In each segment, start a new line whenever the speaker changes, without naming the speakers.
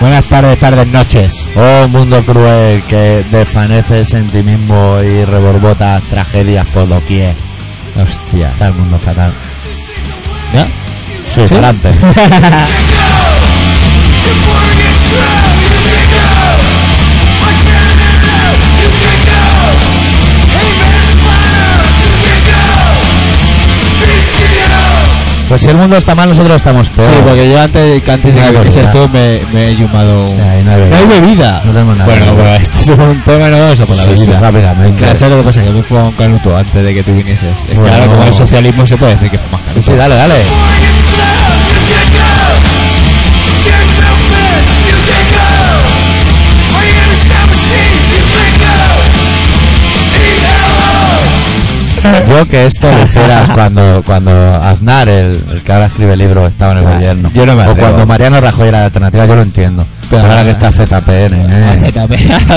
Buenas tardes, tardes, noches.
Oh mundo cruel que desfaneces en ti mismo y reborbotas tragedias por doquier. Hostia, está el mundo fatal.
¿Ya?
Sí,
¿Sí?
adelante. Pues si el mundo está mal, nosotros estamos peor.
Sí, porque yo antes que antes
Una
de que
bebida.
dices tú me, me he yumado un...
Ay, no hay bebida.
No hay bebida.
No tenemos nada.
Bueno, pues esto es un tema novedoso por la
Sí, sí,
bebida.
rápidamente.
Claro, ¿sabes lo que pasa? Que me fumado un canuto antes de que tú vinieses. Es que
Bueno.
ahora como el socialismo se puede decir que fumas canuto.
Sí, dale, dale.
E
Yo que esto lo hicieras cuando, cuando Aznar, el, el que ahora escribe libros, estaba en el
Ah,
gobierno.
yo no me
o
atrevo.
cuando Mariano Rajoy era la alternativa, yo lo entiendo. Pero ahora que está ZPN, eh.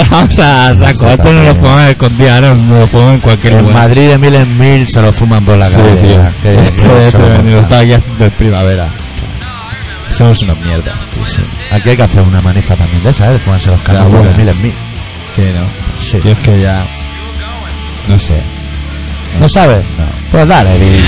Vamos a saco. Esto no lo fumamos escondido, ahora no lo fumamos en cualquier
En
lugar.
Madrid de mil en mil se lo fuman por la
Sí,
calle.
tío.
Que-
Esto
que
es
se lo
tremendo.
montan.
Estaba aquí haciendo el primavera. Somos unos mierdas, tío. Sí,
Aquí hay que hacer una manija también de esa, ¿eh? de fumarse los canutos de
buena.
mil en mil.
Sí, no.
Sí.
Yo es que ya... No sé.
¿No sabes? Pues dale, Billy.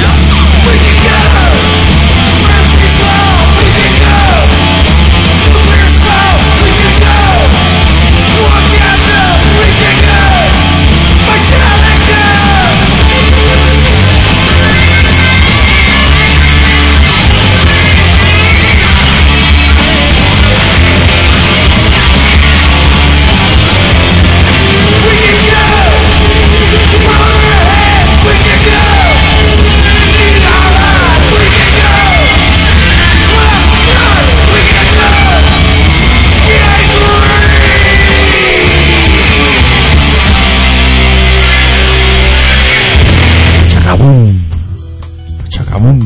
Chacabum.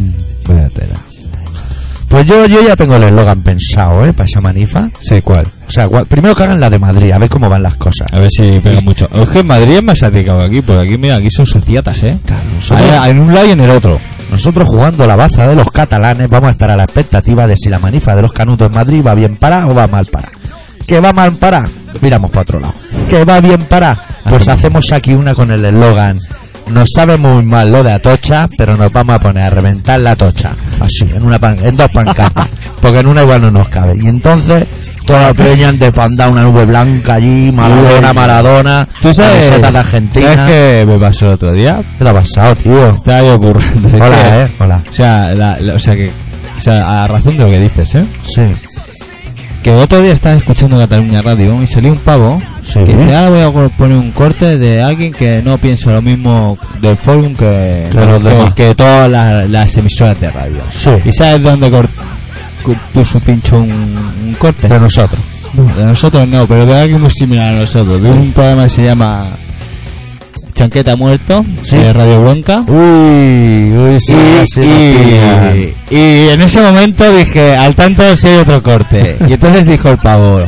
Buena tela.
Pues yo, yo ya tengo el eslogan pensado, ¿eh? Para esa manifa.
Sí, ¿cuál?
O sea, gua- primero que hagan la de Madrid, a ver cómo van las cosas.
A ver si pega mucho. Es que en Madrid es más satírico que aquí, porque aquí, mira, aquí son sociatas, ¿eh?
nosotros-
Hay- en un lado y en el otro.
Nosotros jugando la baza de los catalanes vamos a estar a la expectativa de si la manifa de los canutos en Madrid va bien para o va mal para. Que va mal para, miramos para otro lado. Que va bien para, pues hacemos aquí una con el eslogan. Nos sabe muy mal lo de Atocha, pero nos vamos a poner a reventar la Atocha. Así, en una pan- en dos pancartas. Porque en una igual no nos cabe. Y entonces, toda la peña de panda una nube blanca allí, Maradona, Maradona, camisetas de Argentina.
¿Sabes qué me pasó el otro día?
¿Qué te ha pasado, tío?
Estaba yo currando.
Hola, eh, hola.
O sea, la- la- o sea que... O sea, a razón de lo que dices, ¿eh?
Sí.
Que el otro día estaba escuchando Cataluña Radio y salió un pavo
Sí.
que dice, ahora voy a co- poner un corte de alguien que no piensa lo mismo del forum que,
Que los demás.
que todas las, las emisoras de radio.
Sí.
¿Y sabes dónde cort- cu- puso pincho un, un corte?
De nosotros.
De nosotros no, pero de alguien muy similar a nosotros. De un programa que se llama Chanqueta Muerto,
Sí.
de Radio Bronca.
Uy, uy, sí.
Y, y- y en ese momento dije, al tanto si hay otro corte. Y entonces dijo el pavo,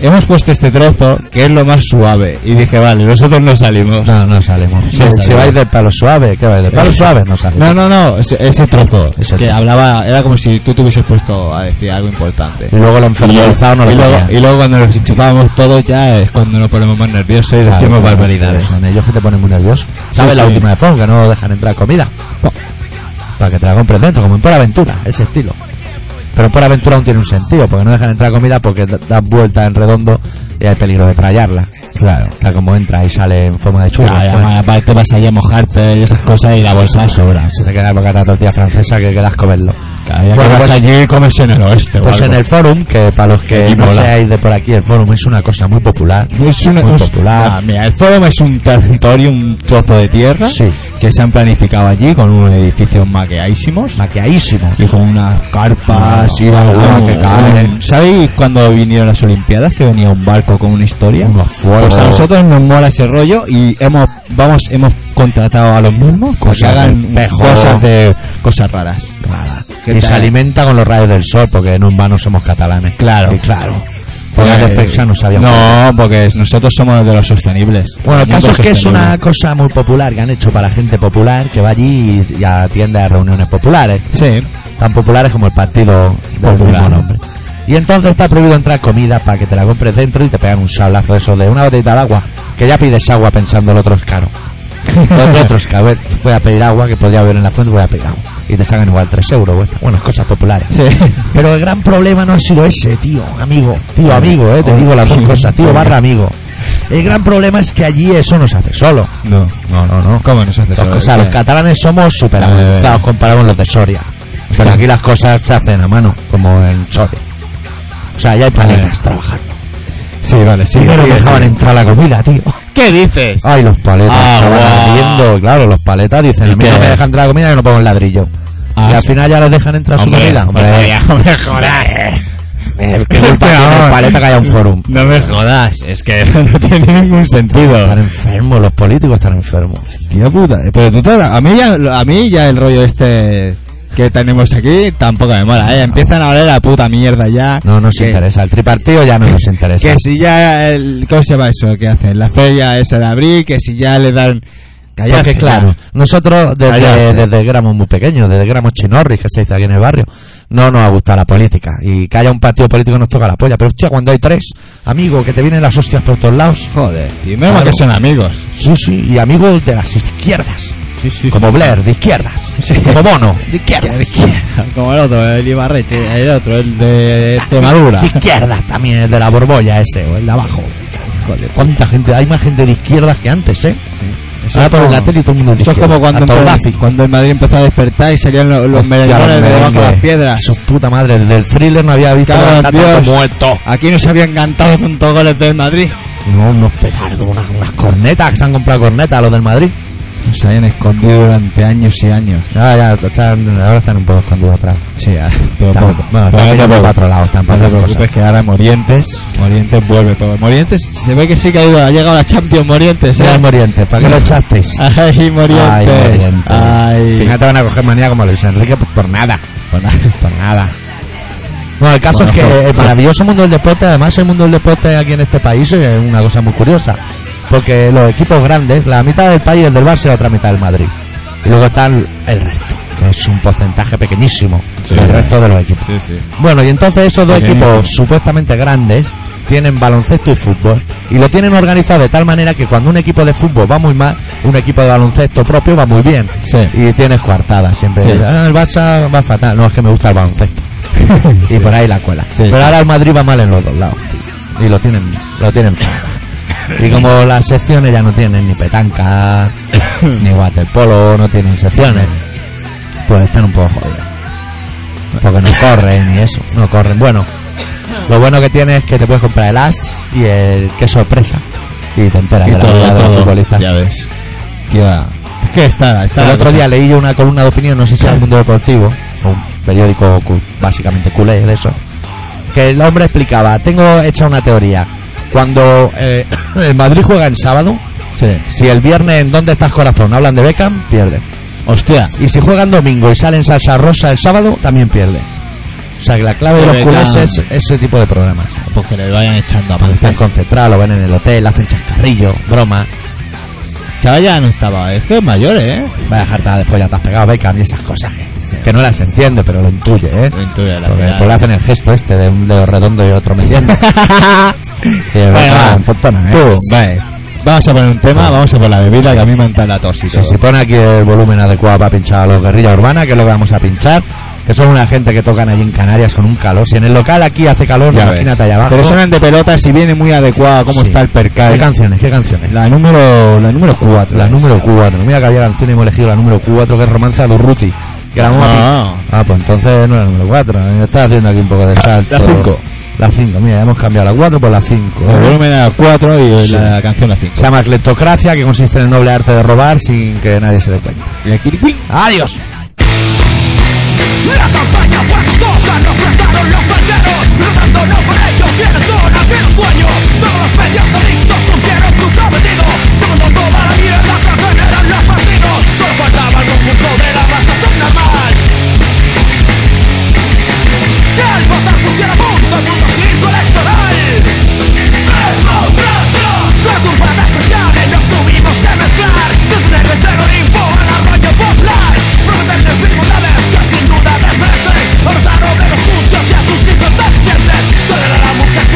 hemos puesto este trozo que es lo más suave. Y dije, vale, nosotros no salimos.
No, no salimos. Si-
Sí,
si,
salimos.
vais de palo suave, ¿qué vais de palo suave? No salimos.
No, no, no, ese, ese trozo.
Ese
que
trozo.
hablaba, era como si tú te hubieses puesto a decir algo importante.
Y luego lo enfermizado no
y,
lo
luego,
ponía.
y luego cuando nos enchufábamos todos ya es cuando nos ponemos más nerviosos y
Claro,
decimos
claro,
barbaridades.
Son ellos que te ponen muy nervioso. ¿Sabes
Sí,
la
sí.
última de Fon? Que no dejan entrar comida. Para que te la compres dentro, como en Por Aventura, ese estilo. Pero en Por Aventura aún tiene un sentido, porque no dejan entrar comida porque da- dan vueltas en redondo y hay peligro de trallarla. Claro. Está como entra y sale en forma de churro.
Claro, y
Bueno.
además, aparte vas allí a mojarte y esas cosas y la bolsa sobra.
Se te queda bocata de tortilla francesa que quedas comerlo.
Claro, ya
Bueno,
que vas
pues-
allí y comes en el oeste. o
Pues
algo.
en el forum, que para los que
Y
no
mola.
seáis de por aquí, el forum es una cosa muy popular.
Es una
muy
cosa
popular.
Ah, mira, el Forum es un territorio, un trozo de tierra
Sí.
que se han planificado allí con unos edificios maqueadísimos
Maqueadísimo.
y con unas carpas
No,
y
no,
algo
no,
que
no.
cae. ¿Sabéis cuando vinieron las Olimpiadas que venía un barco con una historia?
Unos fuegos.
Pues a nosotros nos mola ese rollo y hemos vamos hemos contratado a los mismos para que
Cosas
hagan
del espejo.
cosas de cosas raras. ¿Qué
Y se
tal?
alimenta con los rayos del sol, porque en un vano somos catalanes.
Claro.
Y claro. Porque de Fexa no sabíamos.
Pues, No, porque nosotros somos de los sostenibles.
Bueno, pues este el
Movimiento
caso es que es
sostenible.
una cosa muy popular que han hecho para gente popular que va allí y, y atiende a reuniones populares.
Sí.
Tan populares como el partido del
Popular.
mismo nombre. Y Y entonces está prohibido entrar comida para que te la compres dentro y te pegan un sablazo eso de una botella de agua, que ya pides agua pensando el otro es caro. Los otros que a ver, voy a pedir agua, que podría haber en la fuente, voy a pedir agua. Y te sacan igual 3 euros, bueno, bueno, cosas populares. Pero el gran problema no ha sido ese, tío, amigo, tío, amigo, eh, te digo las dos cosas, tío, barra amigo. El gran problema es que allí eso no se hace solo.
No, no, no, no. ¿Cómo no se hace
Las
eso?
cosas, los catalanes somos súper avanzados comparado con los de Soria. Pero aquí las cosas se hacen a mano, como en Soria. O sea, ya hay paletas trabajando.
Sí, vale, sí.
Primero dejaban entrar la comida, tío.
¿Qué dices?
Ay, los paletas,
Ah,
chaval,
guau.
ardiendo. Claro, los paletas dicen,
¿Y
a mí no
qué?
me dejan entrar la comida, yo no pongo el ladrillo.
Ah,
y al
sí.
final ya les dejan entrar su comida. Hombre,
me jodas.
eh, que culpa tiene el paleta que haya un forum.
No me jodas, es que no tiene ningún sentido.
Están enfermos, los políticos están enfermos.
Tío puta, eh, pero tú toda- a mí ya a mí ya el rollo este que tenemos aquí tampoco me mola, eh. Empiezan a oler a puta mierda ya.
No nos
Que-
interesa, el tripartido ya no nos interesa.
Que si ya el, ¿cómo se llama eso? que hacen? La feria esa de abril, que si ya le dan
Porque,
Callarse,
claro, nosotros desde,
Callarse.
desde gramos muy pequeños, desde gramos chinorris que se dice aquí en el barrio, no nos ha gustado la política. Y que haya un partido político nos toca la polla. Pero hostia, cuando hay tres, amigo, que te vienen las hostias por todos lados.
Joder, tío, menos mal
Claro.
que son amigos.
Sí, sí, y amigos de las izquierdas.
Sí, sí,
Como Blair, de izquierdas. Como Bono, de izquierdas.
Como el otro, el Ibarreche, el otro, el de
Este,
Extremadura.
De izquierdas también, el de la borbolla ese, o el de abajo. Joder, cuánta gente, hay más gente de izquierdas que antes, ¿eh?
Eso
Ahora
es
por
como-
la tele todo el mundo de
Eso es
izquierdas.
como cuando,
A todo
empezó-
Gaddafi.
cuando en Madrid empezó a despertar y salían los, los
Hostia,
merengones de debajo de las
merengue.
piedras.
Su puta madre, desde el thriller no había visto
Cago en
levantar tanto
Dios.
muerto.
Aquí nos habían cantado tantos goles del Madrid.
No, unos petardos, unas, unas cornetas, que se han comprado cornetas los del Madrid.
Nos habían escondido durante años y años.
Ya, Ah, ya, están- ahora están un poco escondidos atrás.
Ah, Sí, ah, todo
Están,
poco.
bueno, están
Pero
mirando
no
para
te
otro lado, están
no
para
te
otras
preocupes
cosas.
que ahora Morientes, Morientes vuelve todo. Morientes, se ve que sí que ha, ido, ha llegado la Champions Morientes,
Señor
¿eh?
Morientes, ¿para qué lo echasteis?
Ay,
Ay,
Morientes.
Morientes.
Ay.
Fíjate, van a coger manía como Luis Enrique pues, por nada.
Bueno,
Por nada. Bueno, el caso
Bueno,
es que
pues-
el maravilloso mundo del deporte, además el mundo del deporte aquí en este país es una cosa muy curiosa, porque los equipos grandes, la mitad del país es del Barça y la otra mitad del Madrid. Y luego están el resto, que es un porcentaje pequeñísimo
Sí.
del resto de los equipos.
Sí, sí.
Bueno, y entonces esos dos
Pequeñísimo.
equipos supuestamente grandes tienen baloncesto y fútbol y lo tienen organizado de tal manera que cuando un equipo de fútbol va muy mal, un equipo de baloncesto propio va muy bien
Sí.
y tienes coartadas siempre.
Sí.
Ah, el Barça va fatal, no es que me gusta el baloncesto y por ahí la cuela.
Sí,
Pero
sí.
ahora el Madrid va mal en los dos lados tío. y lo tienen, lo tienen. fatal. Y como las secciones ya no tienen ni petanca, ni waterpolo, no tienen secciones, pues están un poco jodidos. Porque no corren y eso, no corren. Bueno, lo bueno que tiene es que te puedes comprar el as y el qué sorpresa. Y te enteras de la vida de los futbolistas.
Ya ves. Tío, es que está, está
El
la
otro
cosa.
día leí yo una columna de opinión, no sé si era el mundo deportivo, o un periódico cu- básicamente culé de eso, que el hombre explicaba, tengo hecha una teoría, cuando eh, el Madrid juega en sábado,
Sí.
si el viernes en dónde estás corazón hablan de Beckham, pierde.
Hostia.
Y si juegan domingo y salen salsa rosa el sábado, también pierde. O sea que la clave de los
Beckham.
culés es ese tipo de problemas.
Pues que le vayan echando a
Cuando están concentrados, lo ven en el hotel, hacen chascarrillo, broma.
este Chaval ya no estaba. Es que es mayor, ¿eh?
Vaya jartada de folla, te has pegado Beckham y esas cosas que, que no las entiende, pero lo intuye, ¿eh?
Intuye la
Porque
pegada.
después le hacen el gesto este de un dedo redondo y otro metiendo. y de
Vale,
verdad,
va.
tontona, ¿eh?
Pum, vale. Vamos a poner un tema,
Sí.
vamos a por la bebida que a mí me entra la tos y
Si
todo.
se pone aquí el volumen adecuado para pinchar a los guerrillas urbanas, que es lo que vamos a pinchar, que son una gente que tocan allí en Canarias con un calor. Si en el local aquí hace calor,
Ya ves.
imagínate allá abajo.
Pero suenan de pelotas y viene muy adecuada cómo
Sí.
está el
¿Qué
percal.
canciones? ¿Qué canciones?
La número la número 4.
La número 4. Mira que había canción y hemos elegido la número 4, que es Romanza de Urruti. Que era una-
Ah.
Ah, pues entonces no era la número 4. Yo estaba haciendo aquí un poco de salto.
La cinco.
La 5, mira, ya hemos cambiado la 4 por la 5.
El volumen era 4 y
Sí.
la canción la 5.
Se llama Cleptocracia, que consiste en el noble arte de robar sin que nadie se dé cuenta.
Y aquí, ¡cuic!
¡Adiós!
La campaña fue exitosa, nos prestaron los banderos Rodando no por ellos, quienes son aquel dueño Todos los medios adictos cumplieron tu prometido Tomando toda la mierda que generan los partidos Solo faltaba el conjunto de la raza subnormal Que al votar pusiera punto en un circo electoral ¡Democracia! Las urbanas sociales nos tuvimos que mezclar Desde el terrorismo al arroyo popular Prometen desvirmodades que sin duda desmerecen Abrazaron de los justos y a sus libertades pierden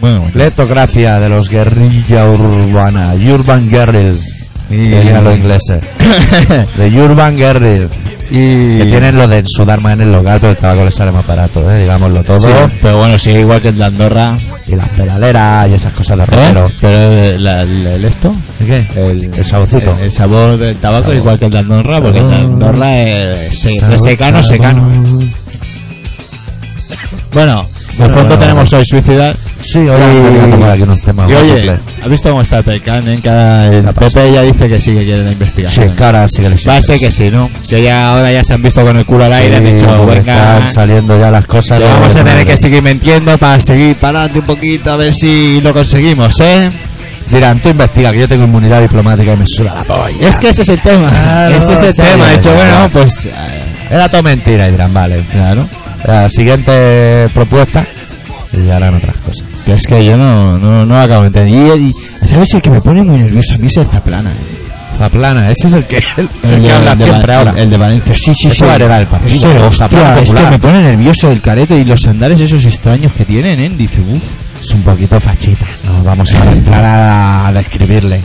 Bueno,
Letocracia de los guerrilla urbana. Urban Guerrill.
Y-
Dirían los ingleses. De Urban Guerrill.
y...
Que tienen lo de sudar más en el local, pero el tabaco les sale más barato, ¿eh? digámoslo todo.
Sí, pero bueno, sí, igual que el de Andorra.
Y las pedaleras y esas cosas de
Pero,
rockero.
pero el, el- el esto,
¿Qué?
el,
El saborcito.
el, el sabor del tabaco, igual que el de Andorra, porque el de Andorra es se-
Sabor,
secano,
sabor.
secano. Bueno,
Bueno,
de fondo
bueno,
tenemos hoy Suicidar.
Sí, ahora
Y-
voy a tomar aquí unos temas.
Y oye,
múltiples.
¿has visto cómo está Pecan? En cada, el
La pasa.
PP ya dice que sí que quiere la
sí,
investigación.
cara, sí que le
Va a ser
exigen.
que sí, ¿no? Si ya ahora ya se han visto con el culo al
Sí,
aire, han dicho,
porque
venga,
están saliendo ya las cosas.
Ya
de-
vamos a tener
de-
que seguir mintiendo para seguir para adelante un poquito a ver si lo conseguimos, ¿eh?
Dirán, tú investiga, que yo tengo inmunidad diplomática y me suda la polla.
Es que ese es el tema.
Claro,
ese es el
sí,
tema. De hecho,
ya,
bueno,
ya.
pues. eh,
Era todo mentira, y dirán, vale.
Claro.
La siguiente propuesta. Y harán otras cosas.
Que es que yo no, no, no acabo de entender. Y, y- ¿sabes? El que me pone muy nervioso a mí es el Zaplana. eh.
Zaplana, ese es el que, el,
de-
que habla
de
siempre
Val-
ahora.
el de Valencia. Sí, sí,
Ese
sí.
va a heredar el partido.
Ese,
Vamos,
hostia,
Zaplana
es que
popular.
me pone nervioso el carete y los andares esos extraños que tienen, ¿eh? Dice, uff.
Es un poquito fachita. No vamos a entrar a, a describirle.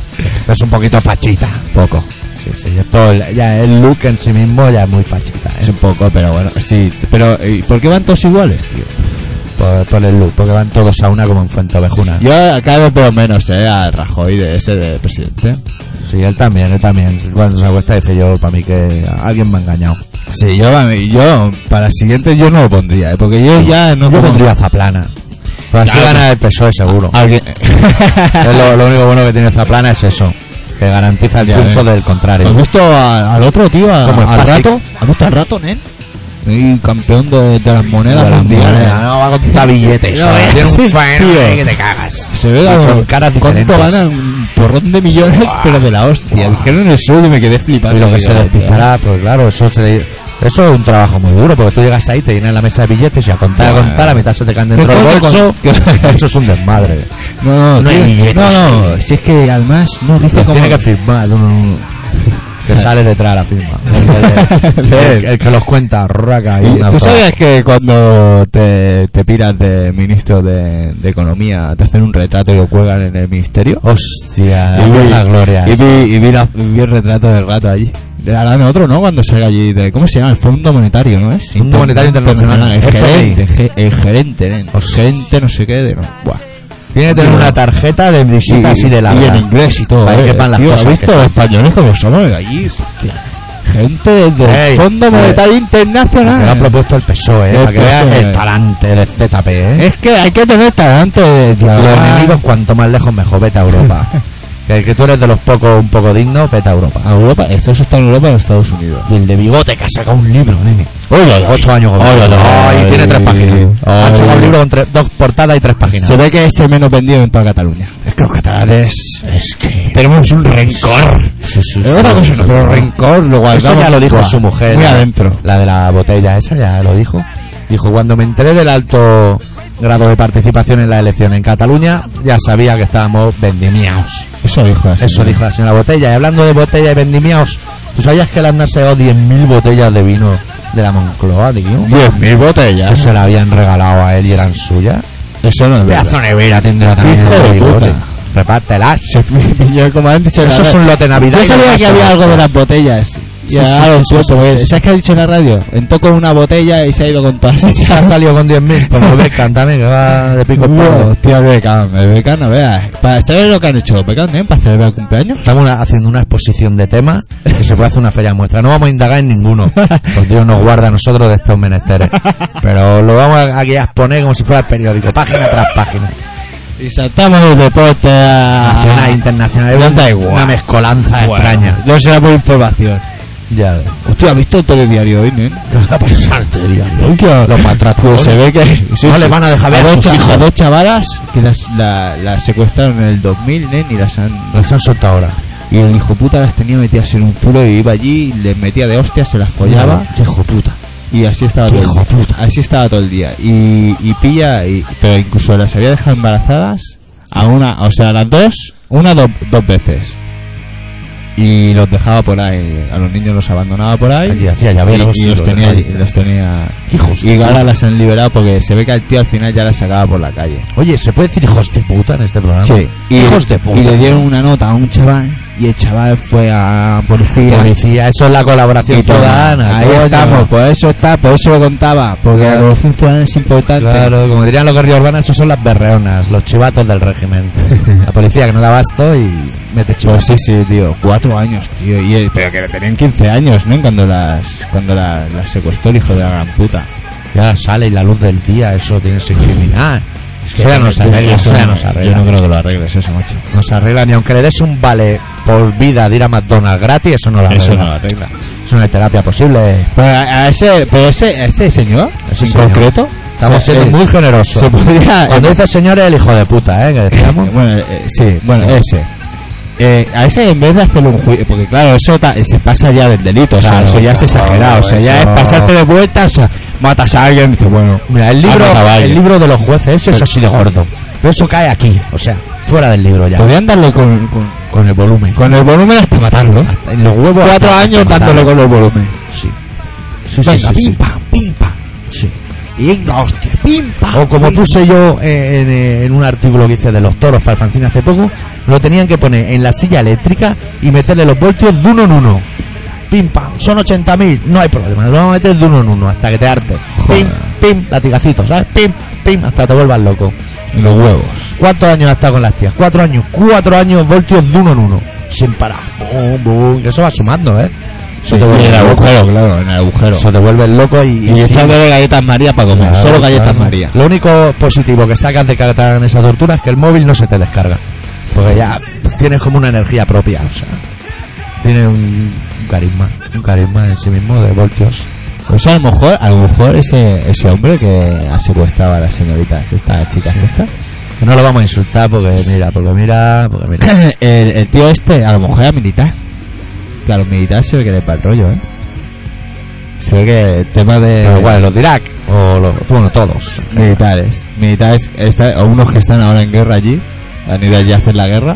Es un poquito fachita. Poco. Sí, sí, es todo el- ya el look en sí mismo ya es muy fachita. ¿eh?
Es un poco, pero bueno, sí. Pero, ¿y ¿por qué van todos iguales, tío?
Por, por el look, porque van todos a una como en Fuentovejuna.
Yo cada vez veo menos, ¿eh? Al Rajoy de ese de presidente.
Sí, él también, él también. Cuando se acuesta dice yo, para mí que alguien me ha engañado.
Sí, yo, a mí- yo para el siguiente yo no lo pondría, ¿eh? porque yo ya no
Yo
como- Ah.
pondría Zaplana. Pero así
Claro.
gana el PSOE seguro.
Alguien-
Es lo, lo único bueno que tiene Zaplana es eso. Que garantiza el
Ya eh. Pues
triunfo
ves.
del contrario.
¿Has visto a- al otro tío? a-
Como el
al
Pasic.
rato? ¿Has visto al rato, nen? Y campeón de, de las monedas
De las
mundiales.
monedas, No va a contar billetes.
No,
ahora.
eh,
Tiene
sí,
un faenón
tío.
ahí que te cagas.
Se ve
Y
la-
con caras
cuánto
diferentes.
gana un porrón de millones, pero de la hostia.
Buah.
Dijeron el suyo y me quedé flipando.
Y lo que
Digo,
se
"Vaya".
despistará, pero claro, eso se- eso es un trabajo muy duro, porque tú llegas ahí, te llenan la mesa de billetes y a contar, a
Bueno.
contar, a mitad se te caen dentro
Pero
del
todo
bolso. Eso es un desmadre.
No, no,
No hay
tío,
billetes.
no, no, si es que además no dice
Los
cómo...
tiene que firmar. uno, uno, que
Sí.
sale detrás la firma. El,
Bien.
el que los cuenta, raca.
Y
Y
¿Tú sabías que cuando te, te piras de ministro de, de Economía te hacen un retrato y lo cuelgan en el ministerio?
Hostia, la
Y vi-
vieja gloria.
Y vi, y vi la- vi el retrato del rato allí. De Alan otro, ¿no? Cuando salga allí de... ¿Cómo se llama? El Fondo Monetario, ¿no es?
Fondo Monetario Internacional.
El
FMI.
gerente, ge- el gerente, nen. El
Hostia.
gerente no sé qué de... no. Buah.
Tiene que tener una tarjeta de visita así de
Y en
larga.
inglés y todo.
Ahí
eh.
quepan las
Tío, ¿has
cosas
visto
que-
los españoles como somos de allí? Hostia. Gente del
Ey,
Fondo
eh,
Monetario
Lo que
Internacional.
lo ha propuesto el PSOE, ¿eh?
El
para que veas
PSOE.
el talante del ZP. ¿eh?
Es que hay que tener talento de
Los
dialogar.
enemigos, cuanto más lejos, mejor. Vete a Europa. que, que tú eres de los pocos un poco digno, vete a Europa.
A Europa, esto es está en Europa o en Estados Unidos.
Y el de bigote que ha sacado un libro, nene.
Oye,
Ocho años. con-
Ay, ay,
Ay, tiene tres páginas.
ay.
Ha sacado un libro con tres- dos portadas y tres páginas.
Se ve que es el menos vendido en toda Cataluña. Es que los catalanes
Es que...
tenemos un rencor.
Sí, sí, sí.
Es otra cosa, no, pero rencor lo guardamos.
Eso ya lo dijo
Buah,
su mujer.
Muy
la-
adentro.
La de la botella, esa ya lo dijo. Dijo, cuando me enteré del alto grado de participación en la elección en Cataluña, ya sabía que estábamos vendimiaos.
Eso dijo así.
Eso dijo la señora Botella. Y hablando de botella y vendimiaos, ¿tú sabías que le han dado 10.000 botellas de vino de la Moncloa, tío?
10.000
Que
botellas.
se la habían regalado a él y eran suyas.
Eso no es verdad.
nevera tendrá
Hijo
el
de
bigote.
puta.
Repártelas.
Yo, como han dicho,
Eso
la-
es un lote navideño.
Yo sabía que había algo de las botellas.
Sí,
Y ahora
sí,
lo
sí,
encuentro,
sí, sí,
¿ves?
sí.
¿Sabes qué ha dicho en la radio? Entró con una botella y se ha ido con todas
Ha
esas.
salido con 10.000, pues no becan también, que va de pico en palo.
Hostia, Beckham, el Beckham, no veas. Para- ¿Sabes lo que han hecho? Beckham, ¿eh? Para celebrar el cumpleaños.
Estamos una- haciendo una exposición de temas que se puede hacer una feria de muestra. No vamos a indagar en ninguno. Pues Dios nos guarda a nosotros de estos menesteres. Pero lo vamos a- aquí a exponer como si fuera el periódico, página tras página.
Y saltamos del deporte a...
Nacional, internacional,
No Ah. da igual.
una mezcolanza
Bueno,
extraña.
No será por información.
Ya ves.
Hostia, ¿has visto el telediario hoy, nen?
Va a pasar el telediario. Los
Pues
matracones.
se ve que...
No le van a dejar ver a
dos,
sus
cha-
hijos.
a dos chavalas que las, la- las secuestraron en el 2000, nen, y las han...
Los han soltado ahora.
Y el hijo puta las tenía metidas en un zulo y iba allí, y les metía de hostias, se las follaba.
Qué hijo puta.
Y así estaba
Qué
todo el
hijo
día. Así estaba todo el día. Y, y pilla, y- pero incluso las había dejado embarazadas a una, o sea, a las dos, una do- dos veces. y los dejaba por ahí. A los niños los abandonaba por ahí.
Allí hacía llaveros
y, y
y
los
los
tenía,
dejaba
allí,
allí.
los tenía.
Hijos de
Y ahora
puta.
las han liberado porque se ve que al tío al final ya las sacaba por la calle.
Oye, ¿se puede decir hijos de puta en este programa?
Y,
hijos de puta.
y le dieron una nota a un chaval y el chaval fue a policía.
Policía, eso es la colaboración
Y todo.
ciudadana.
Ahí
coño.
estamos, por eso está, por eso lo contaba, porque la revolución ciudadana es importante.
Claro, como dirían los guerrillos urbanos, esos son las berreonas, los chivatos del régimen. La policía que no da abasto y mete
Pues
chivatos.
sí, sí, tío, cuatro años, tío, y él- pero que tenían 15 años, ¿no? Cuando las cuando la- las secuestró el hijo de la gran puta.
Pues Ya sale y la luz del día, eso tiene que ser criminal. eso ya no se arregla,
Yo
eso ya no se
Yo no
arregla.
creo que lo arregles eso, macho.
No se arregla ni aunque le des un vale por vida de ir a McDonald's gratis, eso no lo arregla.
Eso no lo arregla.
Es una terapia posible.
Pero a, a ese, pero ese, a ese señor,
Ese
en
señor.
concreto,
Estamos
se-
siendo
eh,
muy generosos.
se podría-
Cuando dice señor es el hijo de puta, ¿eh? Que decíamos.
Bueno, eh, sí, bueno,
Sí.
ese. Eh, a ese en vez de hacerle un juicio, porque claro, eso ta- se pasa ya del delito, o sea,
Claro,
eso ya es
claro,
exagerado, o sea, ya es
eso-
pasarte de vuelta, o sea, matas a alguien, dice, bueno,
Mira, el libro,
ha matado Ah, a
el
alguien.
libro de los jueces es así de gordo. Pero eso cae aquí, o sea, fuera del libro ya.
podrían darle con, con,
Con el volumen.
con el volumen hasta matarlo.
En los huevos.
Cuatro
hasta-
años
hasta
dándole
matarlo.
con el volumen.
Sí. Sí, sí,
Venga,
sí, sí.
pim, pam, pim, pam.
Sí.
Venga, hostia, pim, pam.
O como puse yo eh, en, eh, en un artículo que hice de los toros para el fanzine hace poco, lo tenían que poner en la silla eléctrica y meterle los voltios de uno en uno. Pim pam, son 80.000, no hay problema, lo vamos a meter de uno en uno hasta que te harte. Pim,
Joder.
pim, latigacitos, ¿sabes? Pim, pim, hasta te vuelvas loco.
Y los huevos.
¿Cuántos años has estado con las tías? Cuatro años, cuatro años voltios de uno en uno, sin parar. Bum, bum, Eso va sumando, ¿eh? Eso
Y
te vuelve
en el
loco.
agujero, claro, en el agujero.
Eso te vuelve loco y,
Y
sigue.
echándole galletas María para comer,
Claro,
solo galletas
claro.
María.
Lo único positivo que sacas de que te hagan esa tortura es que el móvil no se te descarga. Porque ya tienes como una energía propia, o sea. Tiene un, un carisma, un carisma en sí mismo de voltios.
O sea, Pues a lo mejor, a lo mejor ese, ese hombre que ha secuestrado a las señoritas, estas chicas estas,
No lo vamos a insultar porque mira, porque mira, porque mira.
el, el tío este, a lo mejor era militar. Que a los militares se ve que les va el rollo, ¿eh? Se ve que el tema de
Pero igual, los de Irak, o los, bueno, todos.
militares, militares, está- o unos que están ahora en guerra allí, han ido allí a hacer la guerra.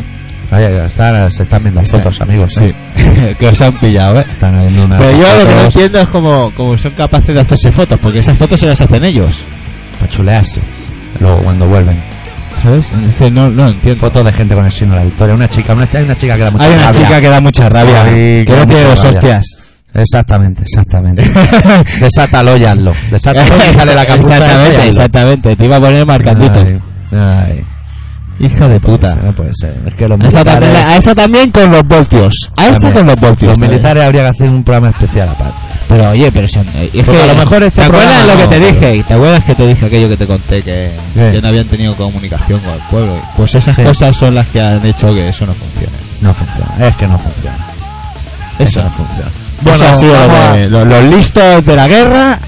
pues
Ahí están, se están viendo las fotos, amigos.
Sí,
¿eh?
que os han pillado, ¿eh?
Están haciendo unas
Pero yo lo que no
fotos
entiendo es como, como son capaces de hacerse fotos, porque esas fotos se las hacen ellos,
para chulearse. Luego, cuando vuelven.
¿sabes? Entonces, no, no lo entiendo.
Fotos de gente con el signo de la victoria. Una chica, una, hay una chica que da mucha
Hay una
rabia.
chica que da mucha rabia,
Sí,
que
da
no tiene
mucha
dos
rabia.
hostias.
Exactamente, exactamente. Desátalo y hazlo. Desátalo y sale la capucha.
exactamente, exactamente. Te iba a poner marcandito.
Hija de puta.
ser,
No puede ser. Es que los
A esa, también,
militares.
a esa también con los voltios. A esa con los eh. voltios.
Los
también.
militares habría que hacer un programa especial aparte.
Pero oye, pero son- eh, es
Porque
que
a lo mejor este
¿Te acuerdas
programa
lo que
no,
te
pero-
dije? ¿Te acuerdas que te dije aquello que te conté que,
Sí.
que no habían tenido comunicación con el pueblo? Pues esas
Sí.
cosas son las que han hecho que eso no funcione.
No funciona. Es que no funciona.
Eso no
funciona.
Bueno,
Bueno,
ha sido
vamos
lo de-
a-
lo- los listos de la guerra,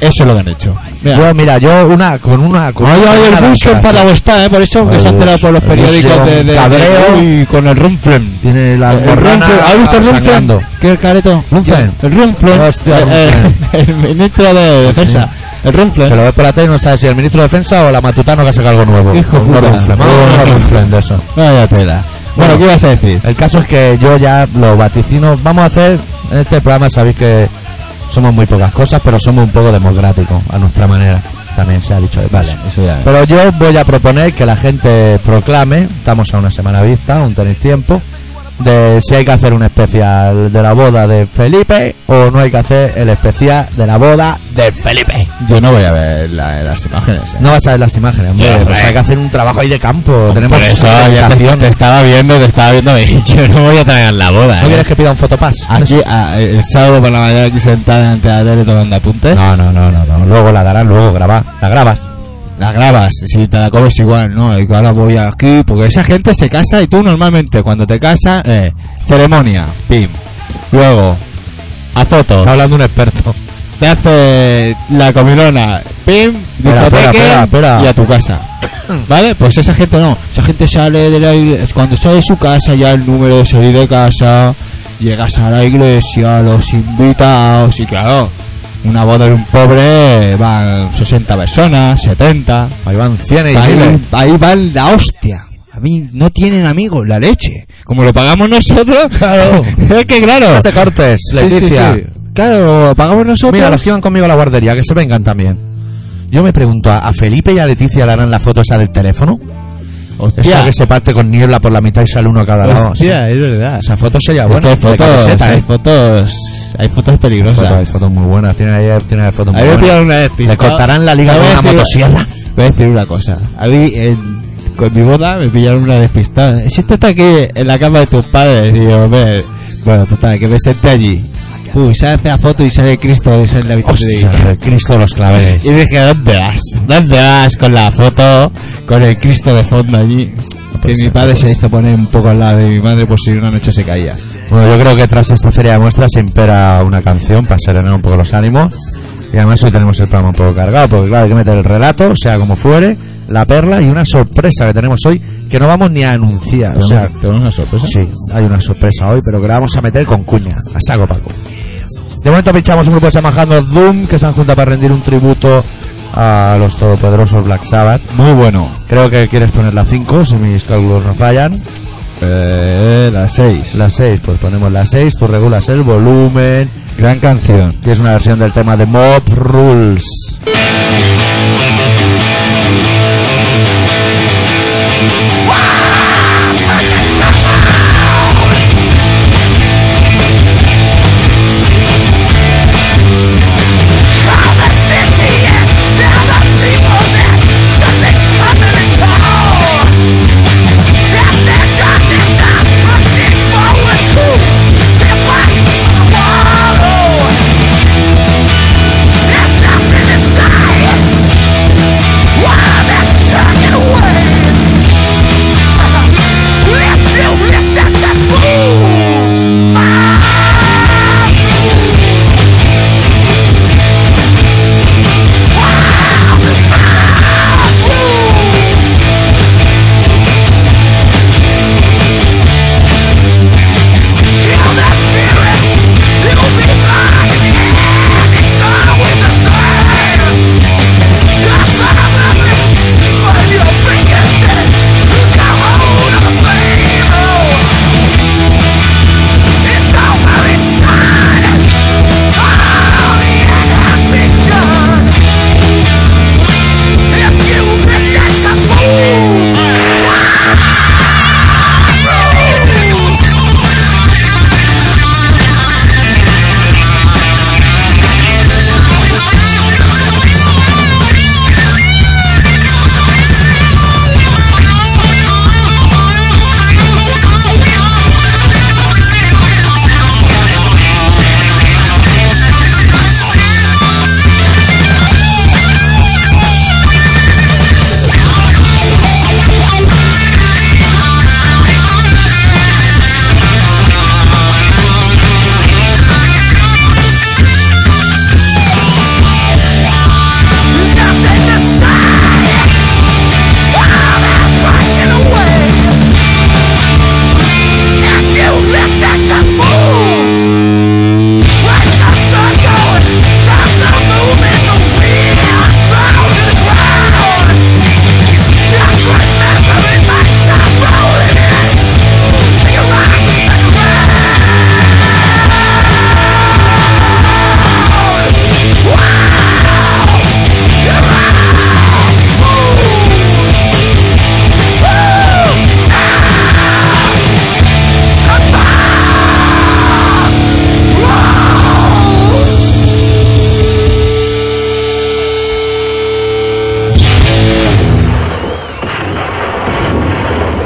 eso es lo que han hecho. Mira,
Yo, mira, yo una con una. Con
No
una
había oído el
una
Bush
danza.
contra la Bostá, ¿eh? por eso que
Ay,
se ha enterado
Dios.
por los
El Bush lleva
periódicos de,
un
de
cabreo.
y con el Rumflem.
Tiene la
El
gorrana
Rumflem, ¿has visto el Rumflem?
sangrando.
¿Qué careto?
Rumflem.
El Rumflem.
Hostia,
El- el- El ministro de Defensa. El
Que
Rumflem.
lo ves por la tele y no sabes si el ministro de defensa o la matutano que ha sacado algo nuevo.
Hijo
Un
puta.
ronflen, un ronflen de eso.
Vaya tela. Bueno, ¿qué ibas a decir?
El caso es que yo ya lo vaticino. Vamos a hacer, en este programa sabéis que somos muy pocas cosas, pero somos un poco democráticos a nuestra manera. También se ha dicho de paso.
eso ya.
Pero yo voy a proponer que la gente proclame, estamos a una semana vista, aún tenéis tiempo, de si hay que hacer un especial de la boda de Felipe o no hay que hacer el especial de la boda de Felipe.
Yo no voy a ver la- las imágenes. ¿eh?
No vas a ver las imágenes, hombre,
Ya,
pues
hombre.
hay que hacer un trabajo ahí de campo. Tenemos
Por eso ya te,
educación.
te estaba viendo, te estaba viendo. me dije, Yo no voy a traer la boda.
¿No
¿eh?
quieres que pida un fotopass?
Aquí, a- el sábado por la mañana aquí sentada ante la tele tomando apuntes.
No, no, no, no, no. Luego la darán, luego graba. La grabas.
La grabas, si te la cobres igual, ¿no? Y que ahora voy aquí, porque esa gente se casa y tú normalmente cuando te casas, eh, ceremonia, pim. Luego, azoto,
hablando un experto.
te hace la comilona, pim,
Espera, espera,
discoteque
espera, espera.
y a tu casa. ¿Vale? Pues esa gente no, esa gente sale de la iglesia, cuando sale de su casa ya el número de salir de casa, llegas a la iglesia, los invitados y claro, una boda de un pobre van 60 personas, 70.
Ahí van 100 y
Ahí,
miles.
ahí va la hostia. mí no tienen amigos, la leche. Como lo pagamos nosotros,
Claro.
es que claro.
No te cortes,
Sí, sí,
Leticia.
sí. Claro, lo pagamos nosotros.
Mira, los que van conmigo a la guardería, que se vengan también. Yo me pregunto, ¿a a Felipe y a Leticia le harán la foto esa del teléfono?
Hostia.
Esa que se parte con niebla por la mitad y sale uno a cada lado.
Hostia, es verdad.
Esa foto sería
Es que
buena.
hay
de
fotos,
camiseta,
hay
¿eh?
fotos, hay fotos peligrosas.
Fotos- hay fotos muy buenas. Tiene ahí, tiene ahí fotos
A
muy
mí me
buenas.
pillaron una vez
Le
pistado.
cortarán la liga
Te
con
voy a
una
decir-
motosierra.
Voy a decir una cosa. A mí, en- con mi boda, me pillaron una despistada. Si tú estás aquí en la cama de tus padres, y yo, "Ve". bueno, total, que me senté allí. Uy, se hace la foto y sale Cristo y sale la habitación. de-
Hostia, el Cristo de los claveles.
Y dije, ¿dónde vas? ¿Dónde vas con la foto, con el Cristo de fondo allí? Que mi padre se hizo poner un poco al lado de mi madre por si una noche se caía.
Bueno, yo creo que tras esta feria de muestras se impera una canción para serenar un poco los ánimos. Y además hoy tenemos el programa un poco cargado, porque claro, hay que meter el relato, sea como fuere, la perla y una sorpresa que tenemos hoy que no vamos ni a anunciar. O sea,
tenemos una sorpresa.
sí, hay una sorpresa hoy, pero que la vamos a meter con cuña, a saco Paco. De momento pinchamos un grupo de Samajando Doom que se han juntado para rendir un tributo a los todopoderosos Black Sabbath.
Muy bueno.
Creo que quieres poner la 5, si mis cálculos no fallan.
Eh, la 6.
La 6, pues ponemos la 6, tú regulas el volumen.
Gran canción.
que es una versión del tema de Mob Rules.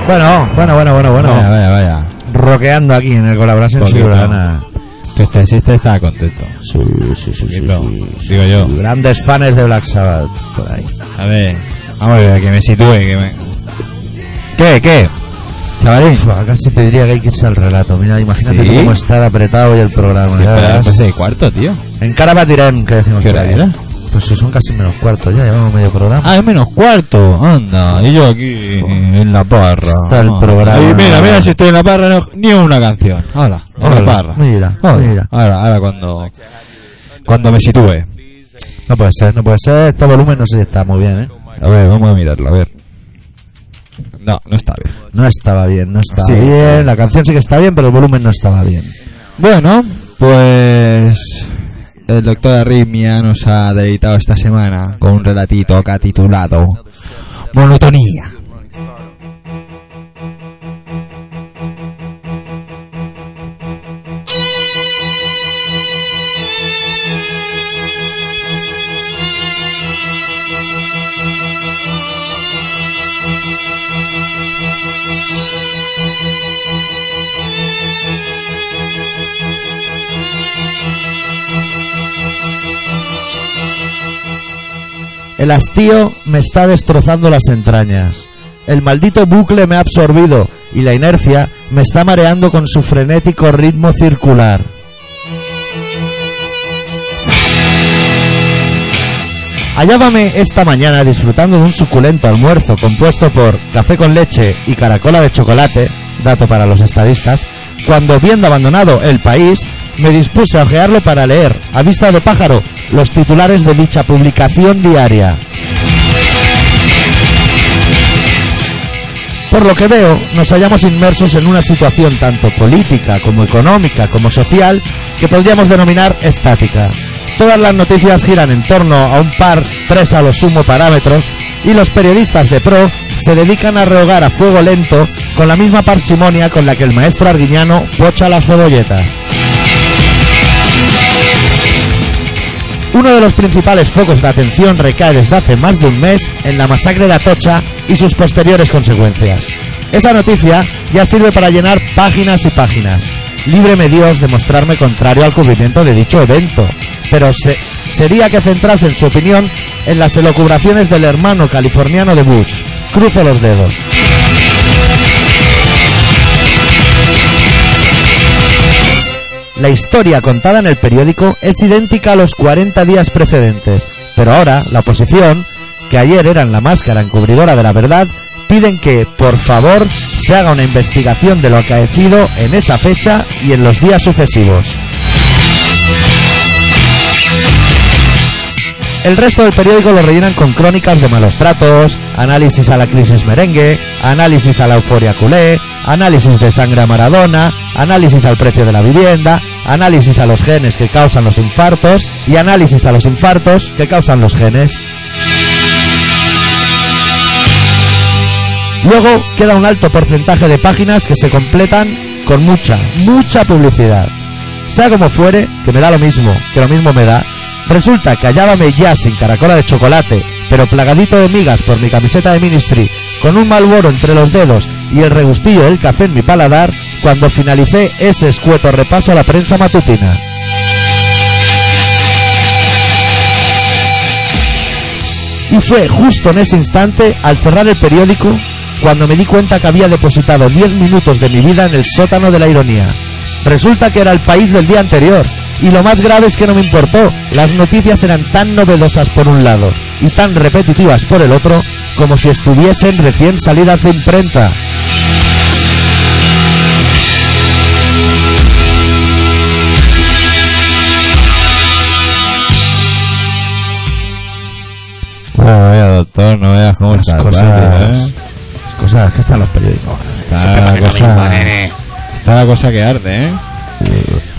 Bueno, bueno, bueno, bueno, bueno.
Vaya, vaya, vaya.
Roqueando aquí en el colaboración
Porque
Ciudadana.
Tu estancista estaba contento.
Sí, sí, sí, sí,
Digo-
sí.
Digo yo.
Grandes fans de Black Sabbath. por ahí.
A ver. Vamos a ver, que me sitúe. Que me... ¿Qué, qué? Chavalín.
Uf, casi pues, te diría que hay que irse al relato. Mira, imagínate
¿Sí?
tú cómo está de apretado hoy el programa. ya
Espera,
verás.
pues el cuarto, tío.
En cara batirán, que decimos.
¿Qué
por
hora
ahí.
era?
Pues si son casi menos cuarto ya, llevamos medio programa.
Ah, es menos cuarto. Anda, y yo aquí eh, en la parra. Ah.
Está el programa.
Y mira, mira si estoy en la parra, no- ni una canción. Ahora, en la
Hola,
parra.
mira,
Ahora,
mira.
Ahora, ahora cuando, cuando me sitúe.
No puede ser, no puede ser. Este volumen no sé si está muy bien, ¿eh?
A ver, vamos a mirarlo, a ver. No, no está bien.
No estaba bien, no estaba
Sí,
bien.
está bien.
La canción sí que está bien, pero el volumen no estaba bien.
Bueno, pues el doctor Arritmia nos ha deleitado esta semana con un relatito que ha titulado Monotonía.
El hastío me está destrozando las entrañas. El maldito bucle me ha absorbido y la inercia me está mareando con su frenético ritmo circular. Hallábame esta mañana disfrutando de un suculento almuerzo compuesto por café con leche y caracola de chocolate, dato para los estadistas, cuando viendo abandonado el país, me dispuse a ojearlo para leer, a vista de pájaro, los titulares de dicha publicación diaria. Por lo que veo, nos hallamos inmersos en una situación tanto política como económica como social que podríamos denominar estática. Todas las noticias giran en torno a un par, tres a lo sumo parámetros, y los periodistas de pro se dedican a rehogar a fuego lento con la misma parsimonia con la que el maestro arguiñano pocha las cebolletas. Uno de los principales focos de atención recae desde hace más de un mes en la masacre de Atocha y sus posteriores consecuencias. Esa noticia ya sirve para llenar páginas y páginas. Líbreme Dios de mostrarme contrario al cubrimiento de dicho evento, pero se- sería que centrasen su opinión en las elocubraciones del hermano californiano de Bush. Cruzo los dedos. La historia contada en el periódico es idéntica a los 40 días precedentes, pero ahora la oposición, que ayer eran la máscara encubridora de la verdad, piden que, por favor, se haga una investigación de lo acaecido en esa fecha y en los días sucesivos. El resto del periódico lo rellenan con crónicas de malos tratos, análisis a la crisis merengue, análisis a la euforia culé, análisis de sangre a Maradona, análisis al precio de la vivienda, análisis a los genes que causan los infartos y análisis a los infartos que causan los genes. Luego queda un alto porcentaje de páginas que se completan con mucha, mucha publicidad. Sea como fuere, que me da lo mismo, que lo mismo me da. Resulta que hallábame ya sin caracola de chocolate, pero plagadito de migas por mi camiseta de ministry, con un malboro entre los dedos y el regustillo del café en mi paladar, cuando finalicé ese escueto repaso a la prensa matutina. Y fue justo en ese instante, al cerrar el periódico, cuando me di cuenta que había depositado 10 minutos de mi vida en el sótano de la ironía. Resulta que era el país del día anterior, y lo más grave es que no me importó, las noticias eran tan novedosas por un lado y tan repetitivas por el otro como si estuviesen recién salidas de imprenta.
Bueno, vaya doctor, no veas cómo
Las
está.
cosas,
¿eh?
las cosas que están los periódicos.
Está la cosa, está la cosa que arde, ¿eh?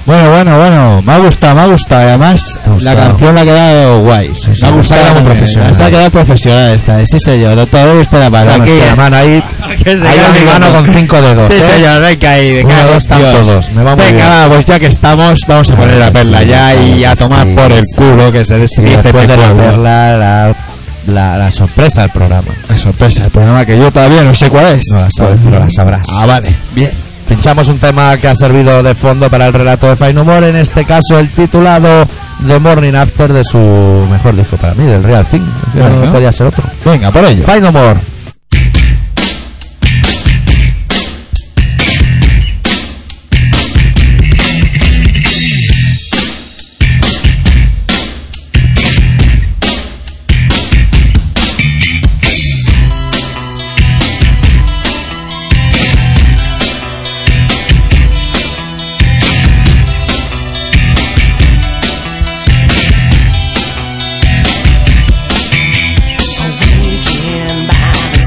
Bueno, bueno, bueno, me ha gustado, me ha gustado. Y además,
Te ha gustado.
la canción la ha quedado guay.
sí, se ha quedado
también,
profesional.
Se ha quedado profesional esta, sí señor. Doctor, está la palabra.
Danos
Aquí,
la mano ahí, ahí a mi mano con cinco dedos.
Sí,
¿eh?
señor, venga ahí, venga.
Uno, dos, están todos, me va muy
venga,
bien.
va, pues ya que estamos, vamos a
Claro
poner la
que
perla
sí,
ya
claro
y
que
a tomar
sí.
por el culo que se
Y
desmiente
después
este
de la
pueblo.
perla, la, la, la sorpresa del programa.
La sorpresa, el programa que yo todavía no sé cuál es.
No la sabes, pero la sabrás.
Ah, vale, bien.
eh, Pinchamos un tema que ha servido de fondo para el relato de Fine Humor, en este caso el titulado The Morning After de su mejor disco para mí, del Real Thing. No,
Ajá.
podía ser otro.
Venga, por ello.
Fine Humor.
Awakened by the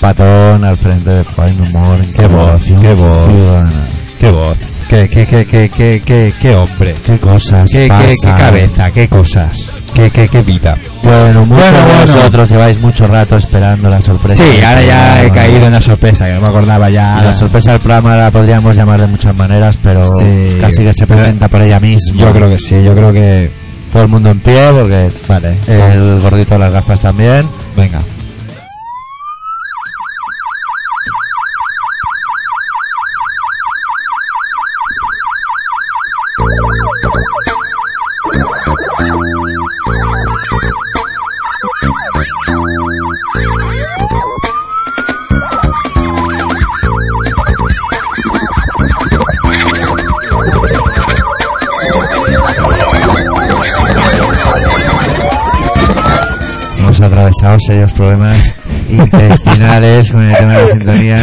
patón al frente de Fine Humor. Qué voz, qué voz.
Qué voz. Qué, qué, qué, qué, qué, qué, qué hombre.
Qué cosas.
Qué, qué, qué
pasan.
cabeza, qué cosas. Qué, qué, qué vida.
Bueno, muchos
Bueno,
de
bueno.
vosotros lleváis mucho rato esperando la sorpresa.
Sí,
del
ahora ya he
programa.
caído en la sorpresa, que no me acordaba ya.
Y La sorpresa del programa la podríamos llamar de muchas maneras, pero
Sí.
casi que se presenta por ella misma.
Yo creo que sí, yo creo que.
Todo el mundo en pie, porque
Vale,
el gordito de las gafas también.
venga.
Hemos atravesado serios problemas intestinales con el tema de la sintonía.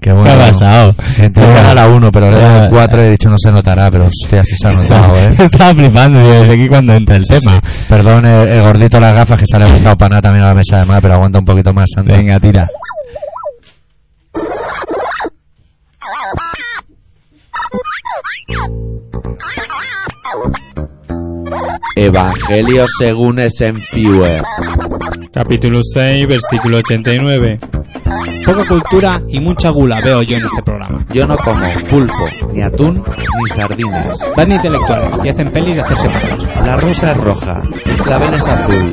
Que bueno.
¿Qué ha pasado?
Gente, voy a dar la 1, pero le he dado la 4 y he dicho no se notará, pero hostia, sí se ha notado, ¿eh?
Estaba flipando yo desde aquí cuando entra el tema.
Perdón, el, el gordito de las gafas que sale montado para nada también a la mesa de mar, pero aguanta un poquito más, anda.
Venga, tira.
Evangelio según Eisenhower.
Capítulo 6, versículo 89. Poca cultura y mucha gula veo yo en este programa.
Yo no como pulpo, ni atún, ni sardinas.
Van de intelectuales y hacen pelis de hacerse patos.
La rosa es roja, el clavel es azul.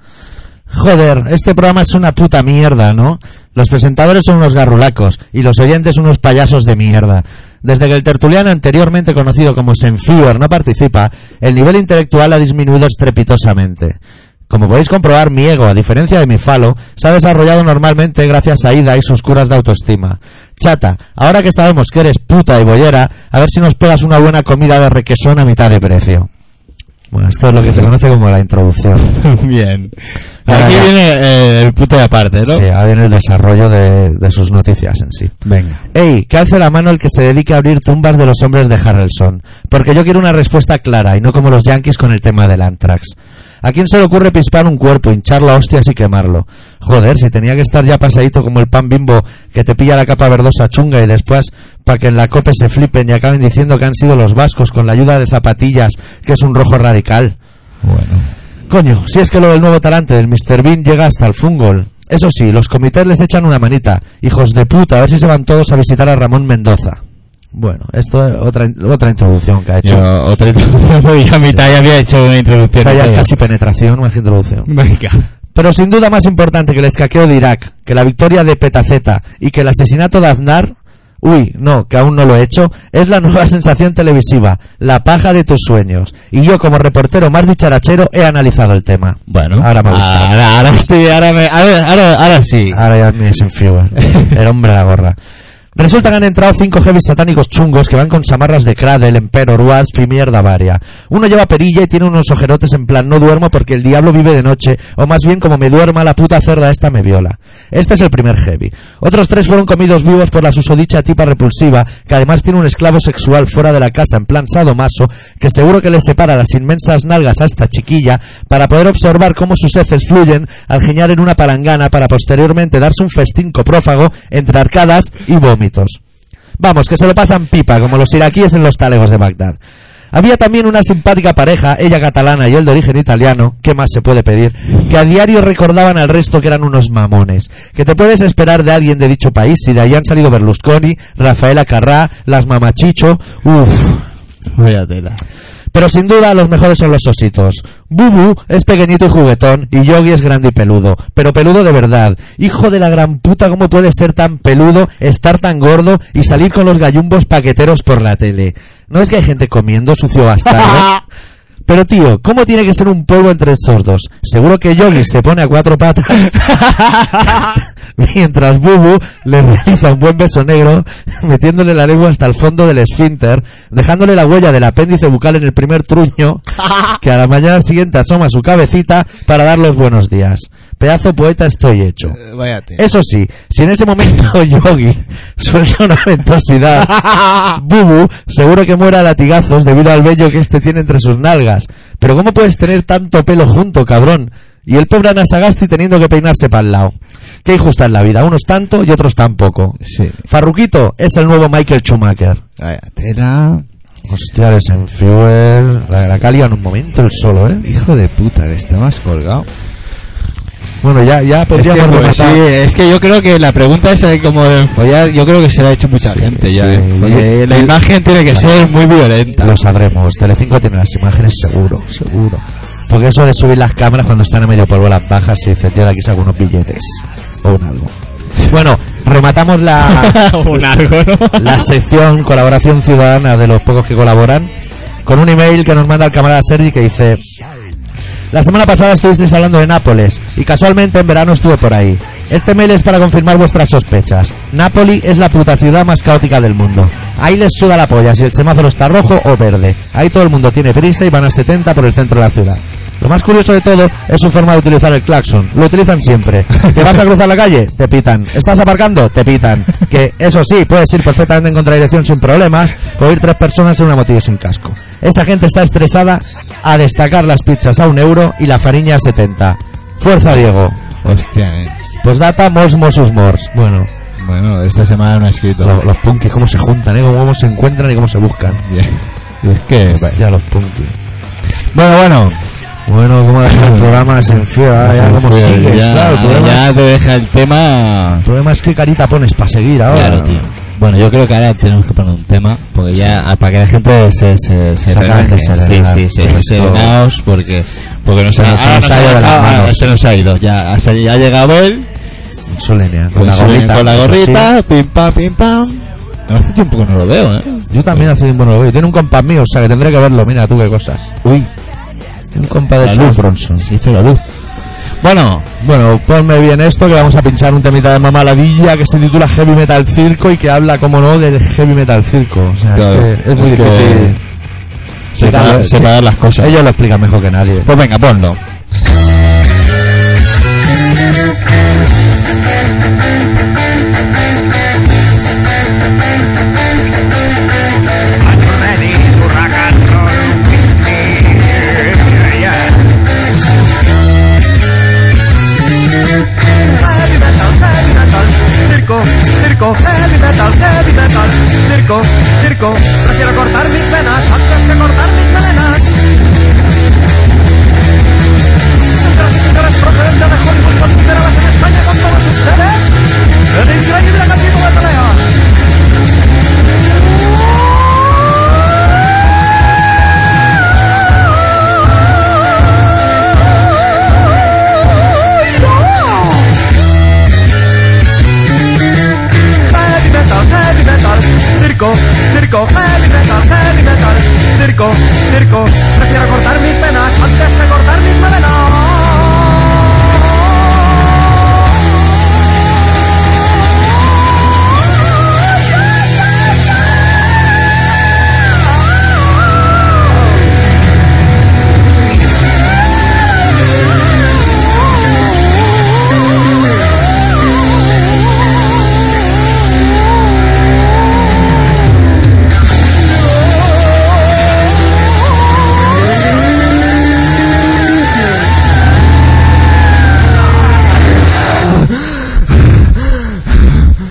Joder, este programa es una puta mierda, ¿no? Los presentadores son unos garrulacos y los oyentes unos payasos de mierda. Desde que el tertuliano anteriormente conocido como Senfuer no participa, el nivel intelectual ha disminuido estrepitosamente. Como podéis comprobar, mi ego, a diferencia de mi falo, se ha desarrollado normalmente gracias a Ida y sus curas de autoestima. Chata, ahora que sabemos que eres puta y bollera, a ver si nos pegas una buena comida de requesón a mitad de precio. Bueno, esto es lo que se conoce como la introducción.
Bien.
Ahora
Aquí
ya.
viene eh, el puto de aparte, ¿no?
Sí, ahora viene el desarrollo de, de sus noticias en sí.
Venga.
Ey, que alce la mano el que se dedique a abrir tumbas de los hombres de Harrelson. Porque yo quiero una respuesta clara y no como los yankees con el tema del Antrax. ¿A quién se le ocurre pispar un cuerpo, hincharlo a hostias y quemarlo? Joder, si tenía que estar ya pasadito como el pan bimbo que te pilla la capa verdosa chunga y después para que en la cope se flipen y acaben diciendo que han sido los vascos con la ayuda de zapatillas, que es un rojo radical. Coño, si es que lo del nuevo talante del Mr. Bean llega hasta el fungol. Eso sí, los comités les echan una manita. Hijos de puta, a ver si se van todos a visitar a Ramón Mendoza. Bueno, esto es otra, otra introducción que ha hecho.
Yo otra introducción, porque ya a mitad ya había hecho una introducción.
Esta ya es
entera.
casi penetración, más que introducción.
Venga.
Pero sin duda más importante que el escaqueo de Irak, que la victoria de Petaceta y que el asesinato de Aznar, uy, no, que aún no lo he hecho, es la nueva sensación televisiva, la paja de tus sueños. Y yo como reportero más dicharachero he analizado el tema.
Bueno,
Ahora me ha gustado.
Ahora, ahora sí, ahora, me, ahora, ahora, ahora sí.
Ahora ya me desenfío. El hombre de la gorra. Resulta que han entrado cinco heavy satánicos chungos que van con samarras de Cradle, Empero, Wasp y mierda varia. Uno lleva perilla y tiene unos ojerotes en plan no duermo porque el diablo vive de noche, o más bien como me duerma la puta cerda esta me viola. Este es el primer heavy. Otros tres fueron comidos vivos por la susodicha tipa repulsiva, que además tiene un esclavo sexual fuera de la casa en plan sadomaso, que seguro que le separa las inmensas nalgas a esta chiquilla para poder observar cómo sus heces fluyen al giñar en una palangana para posteriormente darse un festín coprófago entre arcadas y vómitos. Vamos, que se lo pasan pipa, como los iraquíes en los talegos de Bagdad. Había también una simpática pareja, ella catalana y él de origen italiano, ¿qué más se puede pedir? Que a diario recordaban al resto que eran unos mamones. Que te puedes esperar de alguien de dicho país si de ahí han salido Berlusconi, Rafaela Carrá, las Mamachicho, uff.
Vaya tela.
Pero sin duda los mejores son los ositos. Bubu es pequeñito y juguetón y Yogi es grande y peludo, pero peludo de verdad. Hijo de la gran puta, ¿cómo puede ser tan peludo, estar tan gordo y salir con los gallumbos paqueteros por la tele? ¿No es que hay gente comiendo sucio bastardo? Pero tío, ¿cómo tiene que ser un polvo entre estos dos? Seguro que Yogi se pone a cuatro patas. mientras Bubu le realiza un buen beso negro, metiéndole la lengua hasta el fondo del esfínter, dejándole la huella del apéndice bucal en el primer truño, que a la mañana siguiente asoma su cabecita para dar los buenos días. Pedazo poeta estoy hecho.
Váyate.
Eso sí, si en ese momento Yogi suelta una ventosidad, Bubu seguro que muera a latigazos debido al vello que este tiene entre sus nalgas. Pero ¿cómo puedes tener tanto pelo junto, cabrón? Y el pobre Anasagasti teniendo que peinarse para el lado. Qué injusta es la vida, unos tanto y otros tan poco.
Sí.
Farruquito es el nuevo Michael Schumacher.
Váyatela.
Hostia, el Senfuer. La, la que ha liado en un momento el solo, ¿eh?
Hijo de puta, que está más colgado.
Bueno, ya, ya podríamos
pues, sí,
rematar.
es que yo creo que la pregunta esa de cómo de follar, yo creo que se la ha hecho mucha gente ya.
sí.
¿eh? Porque la imagen tiene que ser muy violenta.
Lo sabremos. Telecinco tiene las imágenes seguro, seguro. Porque eso de subir las cámaras cuando están a medio polvo las bajas y dicen, yo de aquí saco unos billetes o un algo. Bueno, rematamos la,
Un algo, ¿no?
la sección colaboración ciudadana de los pocos que colaboran con un email que nos manda el camarada Sergi que dice la semana pasada estuvisteis hablando de Nápoles y casualmente en verano estuve por ahí. Este mail es para confirmar vuestras sospechas. Nápoli es la puta ciudad más caótica del mundo. Ahí les suda la polla si el semáforo está rojo o verde. Ahí todo el mundo tiene prisa y van a 70 por el centro de la ciudad. Lo más curioso de todo es su forma de utilizar el claxon. Lo utilizan siempre. ¿Que vas a cruzar la calle? Te pitan. ¿Estás aparcando? Te pitan. Que eso sí, puedes ir perfectamente en contradirección sin problemas o ir tres personas en una motillo sin casco. Esa gente está estresada a destacar las pizzas a un euro y la fariña a 70. Fuerza, Diego.
Hostia, eh.
Postdata, mors, mosus, mors. Bueno,
Bueno, esta semana no he escrito.
lo- los punkis, cómo se juntan, ¿eh? cómo se encuentran y cómo se buscan.
Ya. Es que.
Ya los punkis.
Bueno, bueno.
Bueno, cómo dejan el programa sin fiera, ya cómo
Pues
sigues,
ya,
claro, el problema
ya
es-
te deja el tema.
El problema es qué carita pones para seguir ahora.
Claro, tío. Bueno, yo creo que ahora tenemos que poner un tema, porque ya, ah, para que la gente se, se, se
Se acabe
relaje.
de
Sí,
serenar.
sí, sí,
Esto-
serenaos, porque, porque nos,
Se nos- se
ahora
nos ha ido de las
ah,
manos.
ah, Se nos ha ido, ya, hasta ya ha llegado él,
Solenia, ¿eh? con, la
su-
gorrita.
Pues con la
eso sí.
gorrita, pim pam, pim pam. No, hace tiempo que no lo veo, ¿eh?
Yo también hace tiempo no lo veo. Tiene un compa mío, o sea que tendré que verlo. Mira tú qué cosas. Uy. Un compa de
La
Charles
luz.
Bronson.
Se hizo la luz. Bueno,
Bueno, ponme bien esto que vamos a pinchar un temita de mamaladilla que se titula Heavy Metal Circo y que habla, como no, del Heavy Metal Circo. O sea,
Claro,
es, que es muy
es que-
difícil.
separar,
sí.
separar las cosas.
Ellos lo explican mejor que nadie.
Pues venga, ponlo.
ready to rock and roll with me. Yeah. Heavy metal, heavy metal, circo, circo, heavy metal, heavy metal, circo, circo. Prefiero cortar mis venas antes que cortar mis melenas. Señoras y señores, procedente de Hollywood por primera vez en España con todos ustedes, el increíble gallito de pelea. Heavy metal, heavy metal, circo, circo, heavy metal, heavy metal, circo, circo. Prefiero cortar mis venas antes que cortar mis melenas.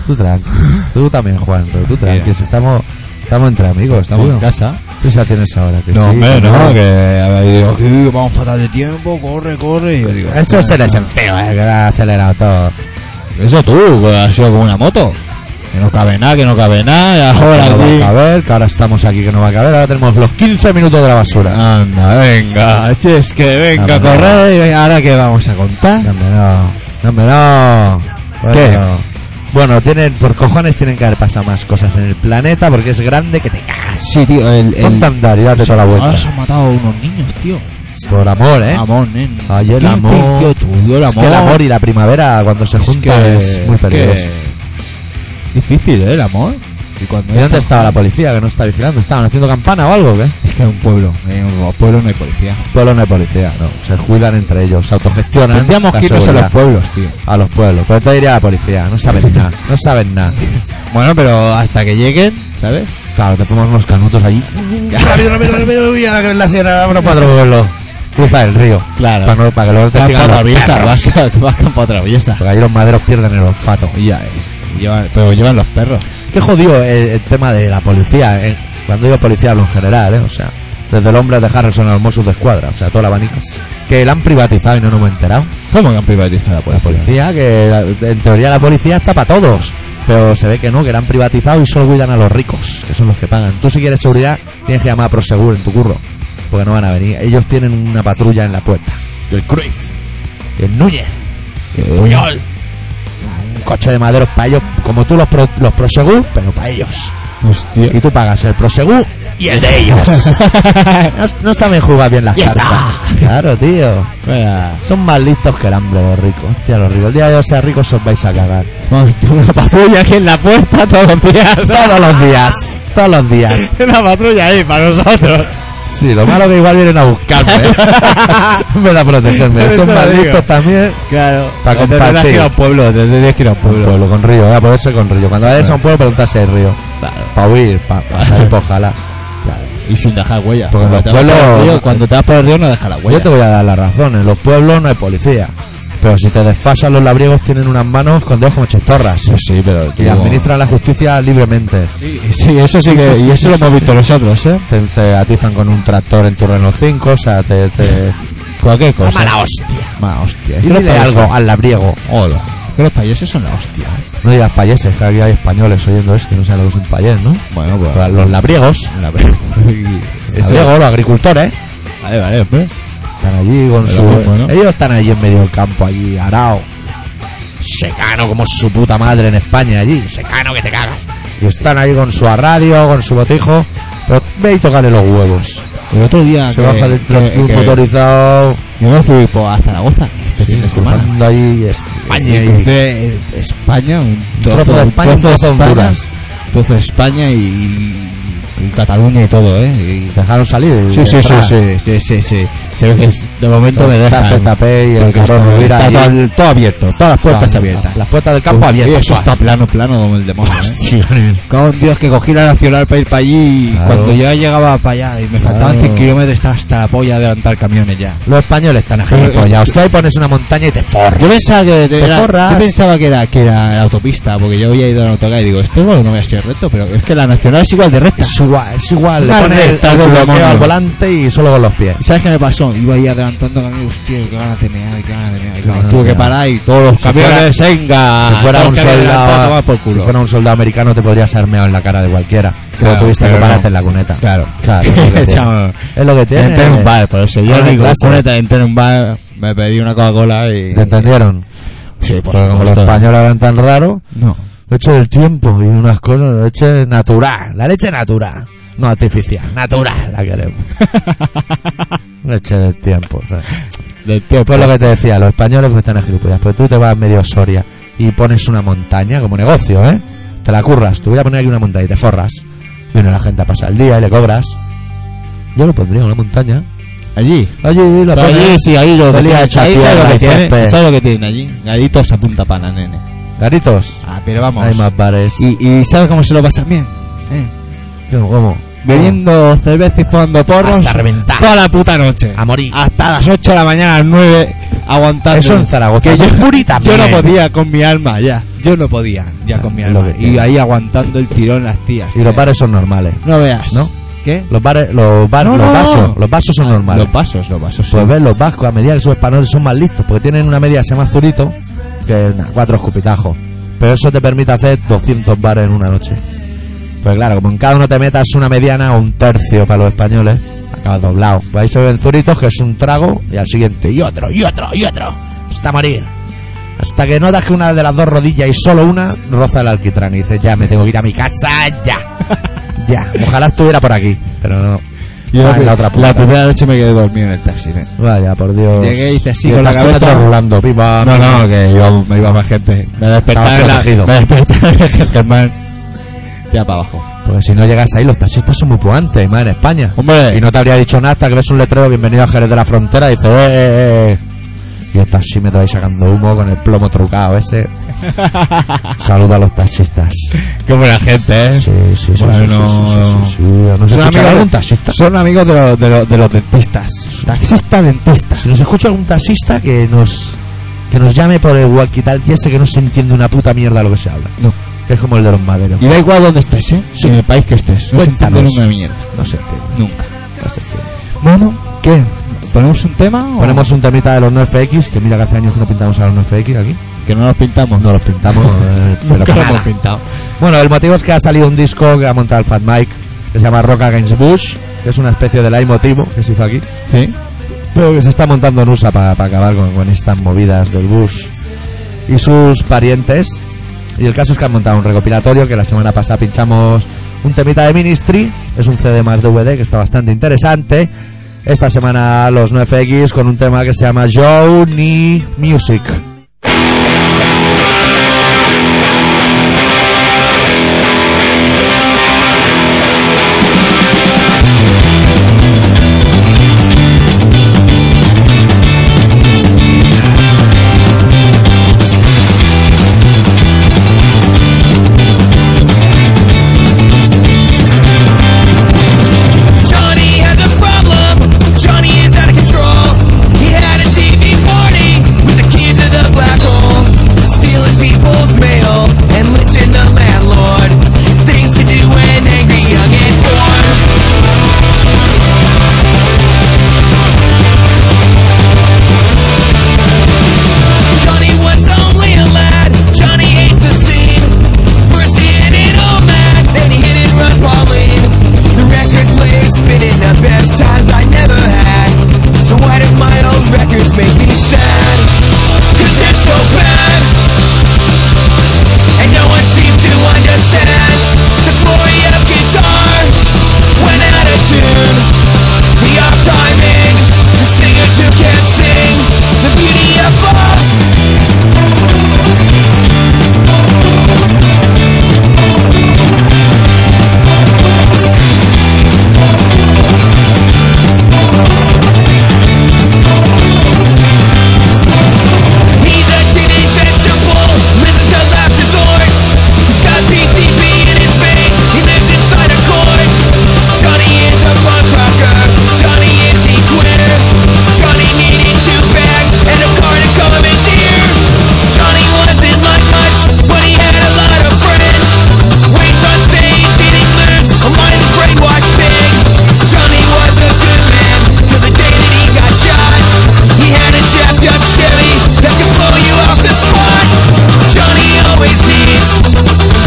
Tú tranqui. Tú también, Juan, pero tú tranqui. si estamos, estamos entre amigos,
Estamos en
tío.
casa.
¿Qué se tienes ahora? Que
No,
sí,
hombre, no,
no.
que a ver, digo,
Uy, vamos fatal de tiempo, corre, corre. Y yo digo,
Eso se les enfeo, eh, que lo ha acelerado todo.
Eso tú, que has sido como una moto. Que no cabe nada, que no cabe nada, y ahora
no va a
aquí.
caber, que ahora estamos aquí que no va a caber. Ahora tenemos los 15 minutos de la basura.
Anda, venga, che, es que Ah, venga,
Anda,
correr y venga, ahora que vamos a contar.
No, hombre, no. No, hombre, no.
¿Qué?
Bueno, bueno, tienen, por cojones tienen que haber pasado más cosas en el planeta porque es grande que te cagas.
Ah, Sí, tío, el.
Ponte a andar y date toda la vuelta.
matado a unos niños, ¿eh? tío.
Por amor, ¿eh?
Amor, nen.
Ay, el amor.
28, yo el
Es que el amor y la primavera cuando se juntan
que-
es muy
es que-
peligroso.
Difícil, ¿eh? El amor. Y cuando
¿Y dónde estaba la policía que no está vigilando? ¿Estaban haciendo campana o algo? ¿qué?
Es que en un pueblo. En un pueblo no hay policía.
Pueblo no hay policía, no. Se cuidan entre ellos, se autogestionan.
Tendríamos
la
que irnos a
seguridad.
los pueblos, tío.
A los pueblos. Pero te diría la policía, no saben nada, no saben nada.
Bueno, pero hasta que lleguen, ¿sabes?
Claro, te fuimos unos canutos allí. rápido, rápido, rápido, y ahora que es la sierra, vámonos para otro pueblo. Cruza el río.
Claro.
Para, no- para que luego te
Campo
sigan los
atraviesa,
perros.
vas a, vas a campo atraviesa.
Porque ahí los maderos pierden el olfato.
Y ya, eh, llevan- pero llevan los perros.
Qué jodido eh, el, el tema de la policía. eh. Cuando digo policía hablo en general, ¿eh? O sea, desde el hombre de Harrelson al Mossos de Escuadra, o sea, todo el abanico. Que la han privatizado y no nos hemos enterado.
¿Cómo que han privatizado la policía?
Policía, que la- en teoría la policía está para todos. Pero se ve que no, que la han privatizado y solo cuidan a los ricos, que son los que pagan. Tú si quieres seguridad, tienes que llamar a Prosegur en tu curro, porque no van a venir. Ellos tienen una patrulla en la puerta. El Cruz. El Núñez. El Puyol. Un coche de maderos para ellos, como tú los, pro- los Prosegur, pero para ellos.
Hostia.
Y tú pagas el Prosegur y el de ellos. no, no saben jugar bien las cartas. Claro, tío.
Vaya.
Son más listos que el hambre, los ricos. Hostia, los ricos. El día de hoy sea ricos os vais a cagar.
Vamos, tengo una patrulla aquí en la puerta todos los días.
Todos los días. Todos los días.
una patrulla ahí para nosotros.
Sí, lo malo que igual vienen a buscarme. ¿eh? Ven a protegerme.
Eso
Son
lo
más
digo.
listos también.
Claro.
Para
Te tendrás que ir
compartir.
a un pueblo, te tendrías que ir a un
Un
pueblo.
pueblo con río, ¿eh? por eso con río. Cuando vayas a un pueblo, preguntarse el río. Para huir, para salir, pa' ojalá.
Y sin dejar huella.
Porque los
te vas por el
pueblos-
río, cuando te vas por el río no deja la
Yo
huella.
te voy a dar la razón. En los pueblos no hay policía. Pero si te desfasan, los labriegos tienen unas manos con dedos como chestorras.
sí, pero
Y administran la justicia libremente.
Sí, eso sí que. Y eso lo hemos visto nosotros, ¿eh?
Te, te atizan con un tractor en tu Renault 5, o sea, te... te...
Cualquier cosa.
hostia.
Mala
Y
hostia. Es que los
dile
payeses-
algo al labriego.
Hola. Es Que los payeses son la hostia. ¿eh?
No digas payeses, que aquí hay españoles oyendo esto, y no saben lo que es un payés, ¿no?
Bueno, pues.
Pero Los labriegos, labriegos, los agricultores,
Vale, vale, hombre.
están allí con su...
bueno.
Ellos están allí en medio del campo, allí, arao. Secano como su puta madre en España, allí, secano que te cagas. Y están ahí con su arradio, con su botijo, pero ve y tócale los huevos.
El otro día.
Se baja del
que-
tractor
que-
motorizado...
Yo me fui por a Pues, Zaragoza. Este fin de semana.
cruzando ahí es-
España y crucé, eh, España, un
trozo de España, un trozo de Honduras.
un trozo de España y, y Cataluña y todo, ¿eh? Y-
dejaron salir. y
sí, sí, sí,
entrar.
sí, sí, sí, sí. Se ve que es- de momento me
Entonces,
dejan.
está ZP y el
Porque
cabrón
está-
Rovira
está
ahí.
todo, todo abierto, todas las puertas
Las-
abiertas.
Las puertas del campo
Oye,
abiertas.
eso está plano, plano como el demonio. ¿eh?
Hostia.
Cago en Dios, que cogí la nacional para ir para allí y
Claro.
cuando ya llegaba para allá y me faltaban
Claro.
100 kilómetros, estaba hasta la polla de levantar camiones ya.
Los españoles están ajenos.
Pero- eh,
Ya, usted ahí pones una montaña y te forras.
Yo pensaba que era,
forras.
yo pensaba que era que era la autopista, porque yo había ido a la autocar y digo, esto no me a ser recto, pero es que la nacional es igual de recta.
Es igual, es igual. Le
Una
pones el
recta,
bloqueo
demonio.
al volante y solo con los pies.
¿Y sabes qué me pasó? Iba ahí adelantando camiones, hostia, qué ganas de mear, qué ganas de mear. Y claro,
ganas
tuve
de
que
mear.
parar y todos los camiones, venga.
Si fuera,
todos
un
los camiones adelantados, a
soldado,
tomar por
si
culo.
fuera un soldado americano te podrías haber meado en la cara de cualquiera. Pero
Claro,
tuviste
pero
que pararte
no.
en la cuneta.
Claro.
Claro, es lo que tiene.
Chao.
Es lo que tiene.
Entré en un bar, por eso. Yo
Ah,
digo,
claro.
ponete, entré en un bar, me pedí una Coca-Cola y...
¿Te entendieron?
Sí, por
Porque como los
supuesto.
españoles hablan tan raro,
No.
leche del tiempo y unas cosas, leche natural, la leche natural, no artificial, natural la queremos. leche del tiempo, o sea.
Del tiempo.
Pues lo que te decía, los españoles pues están agilipollas, pero tú te vas medio Soria y pones una montaña como negocio, ¿eh? Te la curras, tú voy a poner aquí una montaña y te forras. Viene la gente a pasar el día y le cobras. Yo lo pondría en una montaña.
Allí.
Oye, la
Pero allí
pones.
sí, ahí lo que
Dolía
tiene,
hecha
ahí
tierra
¿sabes lo
y
que
césped.
tiene, ¿sabes lo que tiene allí? Galitos a punta pana, nene.
Garitos.
Ah, pero vamos.
Hay más bares.
¿Y, y sabes cómo se lo pasan bien? Eh,
¿Cómo? ¿Cómo?
Bebiendo cerveza y fumando porros.
Hasta reventar.
Toda la puta noche.
A morir.
Hasta las 8 de la mañana, a las 9, aguantando.
Eso en Zaragoza.
Que yo,
Muri
yo
también.
no podía con mi alma ya. Yo no podía ya
Ah,
con mi
lo
alma.
que
Y
tiene.
ahí aguantando el tirón las tías.
Ah. Y los bares son normales.
No veas.
¿No?
¿Qué?
Los bares, los, bar-
No,
los
no,
vasos,
no.
los vasos son normales.
Los vasos, los vasos. sí.
Pues ves, los vascos a medida que subes para norte son más listos, porque tienen una media que se llama Zurito, que es nah, cuatro escupitajos. Pero eso te permite hacer 200 bares en una noche. Pues claro, como en cada uno te metas una mediana o un tercio para los españoles, acabas doblado. Pues ahí se ven Zuritos, que es un trago, y al siguiente, y otro, y otro, y otro, hasta morir. Hasta que notas que una de las dos rodillas y solo una roza el alquitrán y dices, ya me tengo que ir a mi casa, ya. ya, ojalá estuviera por aquí, pero no.
Y yo
Ah, en
pri-
la otra punta.
primera noche me quedé dormido en el taxi. ¿eh?
Vaya, por Dios.
Llegué y hice así
Y
con la
estás
cabeza.
rulando, viva.
No, no, que yo me iba más gente. Me despertaba
Estabas
en la,
protegido.
me despertaba en el Germán. Ya para abajo.
Porque si no llegas ahí, los taxistas son muy puantes, y más en España.
Hombre,
Y no te habría dicho nada hasta que ves un letrero, bienvenido a Jerez de la Frontera, y dices, eh, eh, eh. Y el taxi me traéis sacando humo con el plomo trucado ese. Saluda a los taxistas.
qué buena gente, ¿eh?
Sí, sí, sí,
Bueno.
sí, sí, sí, sí, sí. ¿No se
Son
escucha
amigos
algún
de-
taxista?
Son amigos de, los- de los- de los dentistas. Taxista dentista.
Si nos escucha algún taxista que nos que nos llame por el walkie tal que ese que no se entiende una puta mierda lo que se habla.
No.
Que es como el de los maderos.
Y da igual donde estés, ¿eh? En el país que estés. No se entiende
Cuéntanos.
una mierda.
No se entiende.
Nunca. Bueno, ¿qué? ¿Ponemos un tema? o-
Ponemos un temita de los 9FX, que mira que hace años que no pintamos a los 9FX aquí.
que no los pintamos.
No los pintamos, eh, pero
Nunca
para
los hemos
nada.
pintado.
Bueno, el motivo es que ha salido un disco que ha montado el Fat Mike, que se llama Rock Against Bush, que es una especie de leitmotiv que se hizo aquí,
Sí.
pero que se está montando en USA para acabar con, con estas movidas del Bush y sus parientes. Y el caso es que han montado un recopilatorio que la semana pasada pinchamos un temita de Ministry, es un CD más DVD que está bastante interesante. Esta semana los 9X con un tema que se llama Johnny Music.
Johnny has a problem. Johnny is out of control. He had a TV party with the kids of the black hole, stealing people's mail and lynching the landlord. Things to do when angry, young and poor. Johnny was only a lad. Johnny hates the scene. First he hit it all mad, then he hit it run Pauline. The record player spinning the best times I never had. So why do my own records make me sad? Cause they're so bad. And no one seems to understand the glory of guitar when out of tune. The off timing, the singers who can't sing, the beauty of love. He's a teenage vegetable, listens to laugh disorder. He's got PCP in his veins, he lives inside a court. Johnny is a punk rocker, Johnny is a quitter. Johnny needed two bags and a car to commandeer. Johnny wasn't like much, but he had a lot of friends. Waits on stage, eating loose, a modern brainwashed pig. Johnny was a good man till the day that he got shot. He had a jacked up Chevy that could blow you off the spot. Johnny always needs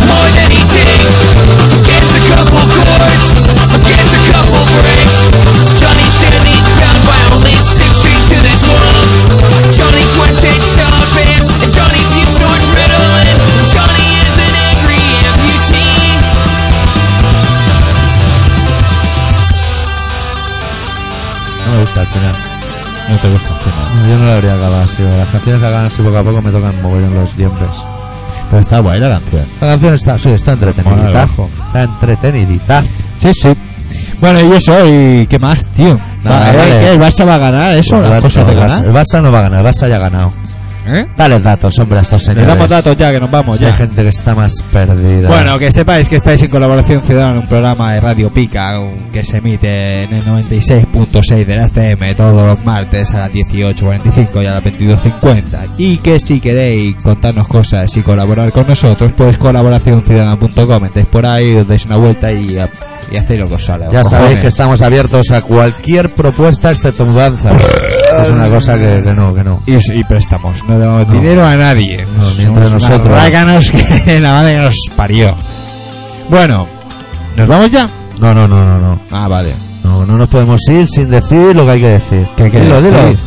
more than he takes. So gets a couple chords, so gets a couple breaks. Johnny said he's bound by only six streets to this world. Johnny Quest takes telegrams, and Johnny pukes no adrenaline. Johnny is an angry amputee.
No me gusta al final.
No te gusta. que no.
Yo no lo habría acabado así, pero las canciones que acaban así poco a poco me tocan mogollón los dientes.
Pero está guay la canción.
La canción está, sí, está
Mola el
entretenidita.
bajo.
Está entretenidita.
Sí, sí. Bueno, y eso, ¿y qué más, tío?
Nada,
Va-
vale.
¿qué? ¿El Barça va a ganar eso?
El
¿Las
Barça
cosas de
no gana.
ganar?
El Barça no va a ganar, el Barça ya ha ganado.
¿Eh?
Dale datos, hombre, a estos
Les
señores.
damos datos ya, que nos vamos
Si Hay
ya.
gente que está más perdida.
Bueno, que sepáis que estáis en colaboración ciudadana en un programa de Radio Pica un- que se emite en el 96.6 de la FM todos los martes a las 18.45 y a las 22.50. Y que si queréis contarnos cosas y colaborar con nosotros, pues colaboracionciudadana.com. Estáis por ahí, os dais una vuelta y, y hacéis lo que os sale.
ya
os
sabéis
cojones.
que estamos abiertos a cualquier propuesta excepto mudanza. es una cosa que, que no, que no.
y, y préstamos. No damos
No.
dinero a nadie.
No, ni entre
Somos unos
nosotros.
rácanos que la madre que nos parió. Bueno, ¿nos vamos ya?
No, no, no, no, no.
Ah, vale.
No, no nos podemos ir sin decir lo que hay que decir.
¿Qué hay que
dilo, dilo.
decir?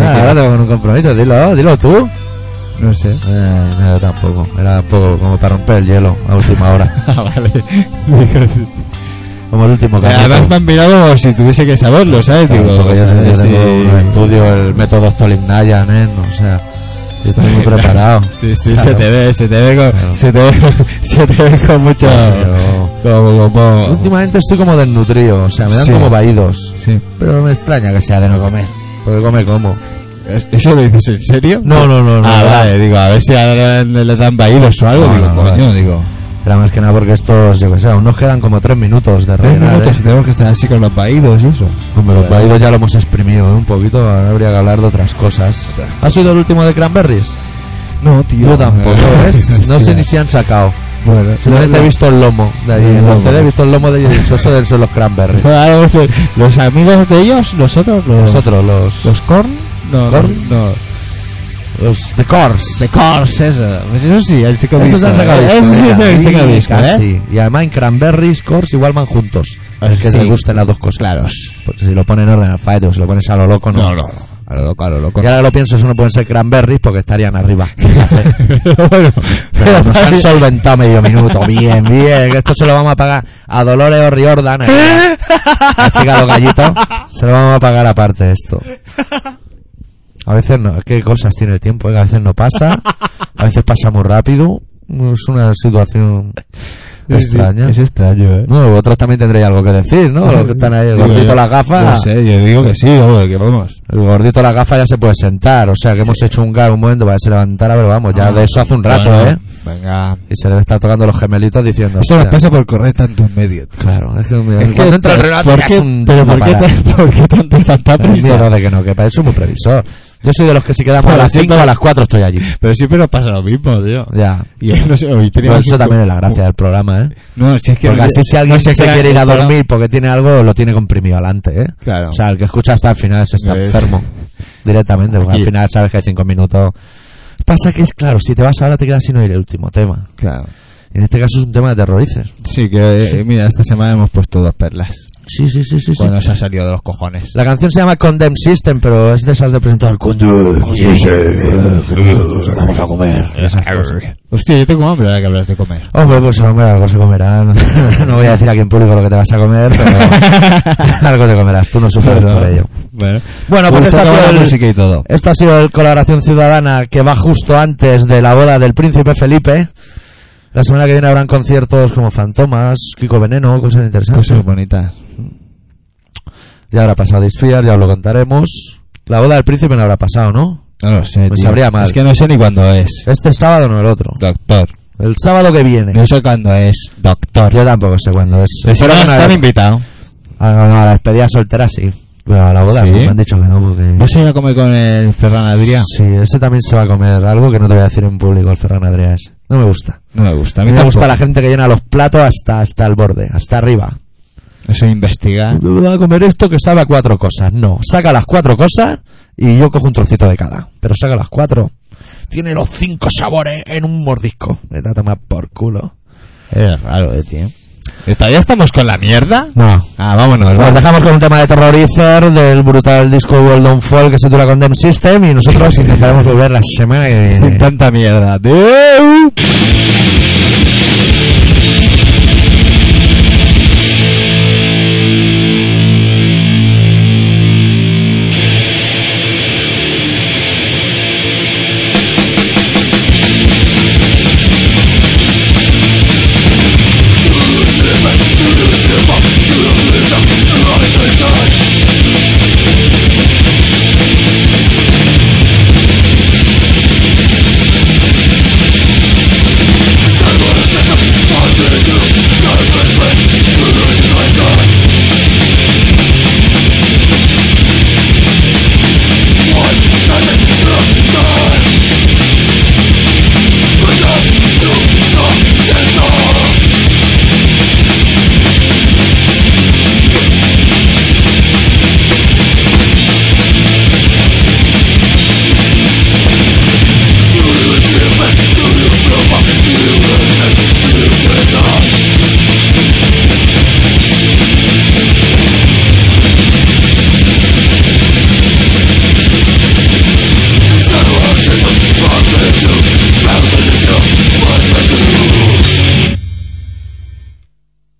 Ah, ahora tengo un compromiso, dilo, dilo tú.
No sé.
Eh, no, tampoco. Era un poco como para romper el hielo a última hora.
Ah, vale.
como el último que
Pero Además me han mirado como si tuviese que saberlo, ¿sabes?
Claro,
Digo,
porque
o
yo,
sea,
yo
sí.
tengo un estudio, el método Stolim Nayan, ¿eh? O sea, yo estoy muy preparado.
Sí, sí,
Claro.
se te ve, se te ve con, se te ve, se te ve con mucho...
Pero-
Como, como...
Últimamente estoy como desnutrido, o sea, me dan
Sí.
como vaídos.
Sí.
Pero me extraña que sea de no comer, porque come como.
¿Es- ¿Eso lo dices en serio?
No, no, no, no.
Ah, vale, digo, a ver si ahora le le dan baídos o algo,
No,
digo,
no,
coño,
no,
digo.
Pero más que nada porque estos, yo que sé, aún nos quedan como tres minutos de
Tres
rellenar,
minutos y
¿eh?
tenemos que estar así con los baídos y eso.
Hombre, los vaídos ya lo hemos exprimido ¿eh? un poquito, ahora habría que hablar de otras cosas. ¿Ha sido el último de Cranberries?
No, tío.
Yo tampoco, ¿eh? ¿ves? No sé ni si han sacado.
Bueno,
Solamente he visto el lomo de allí. En los CD he visto el lomo de allí. El soso del son los cranberries.
Ahora dice, los amigos de ellos, nosotros, los...
Nosotros, los.
¿Los corn? No,
¿Corn?
no.
Los The Cors.
De Cors, eso. Pues eso sí, el chico
Esos
disco,
han sacado
¿eh?
disco.
Eso sí
venga.
es el chico
Sí,
disco, ¿eh?
casi. Y además en cranberries, Cors igual van juntos.
Ah,
que
sí.
se gusten las dos cosas. Claro. si lo ponen en orden alfabético, si lo pones a lo loco, no.
A lo loco, a lo loco.
Y ahora que lo pienso, eso no pueden ser cranberries porque estarían arriba.
Pero bueno,
Pero nos han
también-
solventado medio minuto. Bien, bien. que Esto se lo vamos a pagar a Dolores O'Riordan. a
¿Eh?
la- La chica de los gallitos. Se lo vamos a pagar aparte esto. A veces no. ¿Qué cosas tiene el tiempo? eh, que A veces no pasa. A veces pasa muy rápido. Es una situación extraña.
Es extraño, ¿eh?
No, vosotros también tendréis algo que decir, ¿no? Los que están ahí, el
Digo,
gordito
yo-
las gafas.
No sé, yo digo que sí, vamos, que vamos.
El gordito las gafas ya se puede sentar. O sea que hemos hecho un gag un momento para que se levantara, pero vamos, ya de eso hace un rato,
Ah. Bueno,
¿eh?
Venga.
Y se debe estar tocando los gemelitos diciendo.
Eso
"Hostia".
nos pasa por correr tantos medios.
Claro, es que, mira,
Es que-
cuando entra el relato
¿por
ya
qué-
es un
pero
una
¿por qué,
parada.
tan- ¿por qué tanto, tanta
Pero es
prisa?
miedo de que no quepa, es un previsor. Yo soy de los que si quedamos a
Pero
las 5
siempre-
a las 4 estoy allí.
Pero siempre nos pasa lo mismo, tío.
Ya.
Y no sé,
Pero
hoy teníamos
eso
un-
también es la gracia del programa, ¿eh?
No, si es que
Porque así si alguien
no sé
se
qué
quiere ir a
era-
dormir porque tiene algo, lo tiene comprimido adelante, ¿eh?
Claro.
O sea, el que escucha hasta el final se está
Eh.
enfermo. Directamente, porque
Aquí.
al final sabes que hay 5 minutos. Pasa que es claro, si te vas ahora te quedas sin oír el último tema.
Claro.
En este caso es un tema de terrorices.
Sí, que eh, mira, esta semana hemos puesto dos perlas.
Sí, sí, sí, sí. sí.
Cuando se ha salido de los cojones.
La canción se llama Condemn System, pero es de esas de presentar
Pues
Vamos a comer.
Hostia, yo tengo hambre ahora que hablas de comer.
Hombre, pues hombre, algo se comerá. No, no voy a decir aquí en público lo que te vas a comer, pero algo te comerás. Tú no sufres por ello.
Bueno.
Bueno, pues esto ha, sido el,
y todo.
esto ha sido el Colaboración Ciudadana que va justo antes de la boda del príncipe Felipe. La semana que viene habrán conciertos como Fantomas, Kiko Veneno, cosas interesantes.
Cosas bonitas.
Ya habrá pasado Disfiar, ya os lo contaremos. La boda del príncipe no habrá pasado, ¿no?
No lo sé,
Pues
tío.
sabría mal.
Es que no sé ni cuándo es.
Este sábado no el otro.
Doctor.
El sábado que viene.
No sé cuándo es. Doctor.
Yo tampoco sé cuándo es.
Espero que no
no
están invitados.
Ah, no, no, a la despedida soltera sí. Pero a la boda
¿Sí?
me han dicho que no, porque...
¿Vas a ir a comer con el Ferran Adrià?
Sí, ese también se va a comer algo que no te voy a decir en público, el Ferran Adrià ese. No me gusta.
No me gusta.
A
A
mí me
tampoco.
gusta la gente que llena los platos hasta, hasta el borde, hasta arriba.
Eso de investigar.
Me voy a comer esto que sabe a cuatro cosas. No, saca las cuatro cosas y yo cojo un trocito de cada. Pero saca las cuatro. Tiene los cinco sabores en un mordisco. Me da a tomar por culo.
Eres raro, eh, tío. ¿Todavía estamos con la mierda?
No,
Ah, vámonos.
Pues Nos
vamos.
dejamos con un tema de Terrorizer del brutal disco World on Fall que se titula Condemn System y nosotros intentaremos volver la semana que viene.
Sin tanta mierda. tío.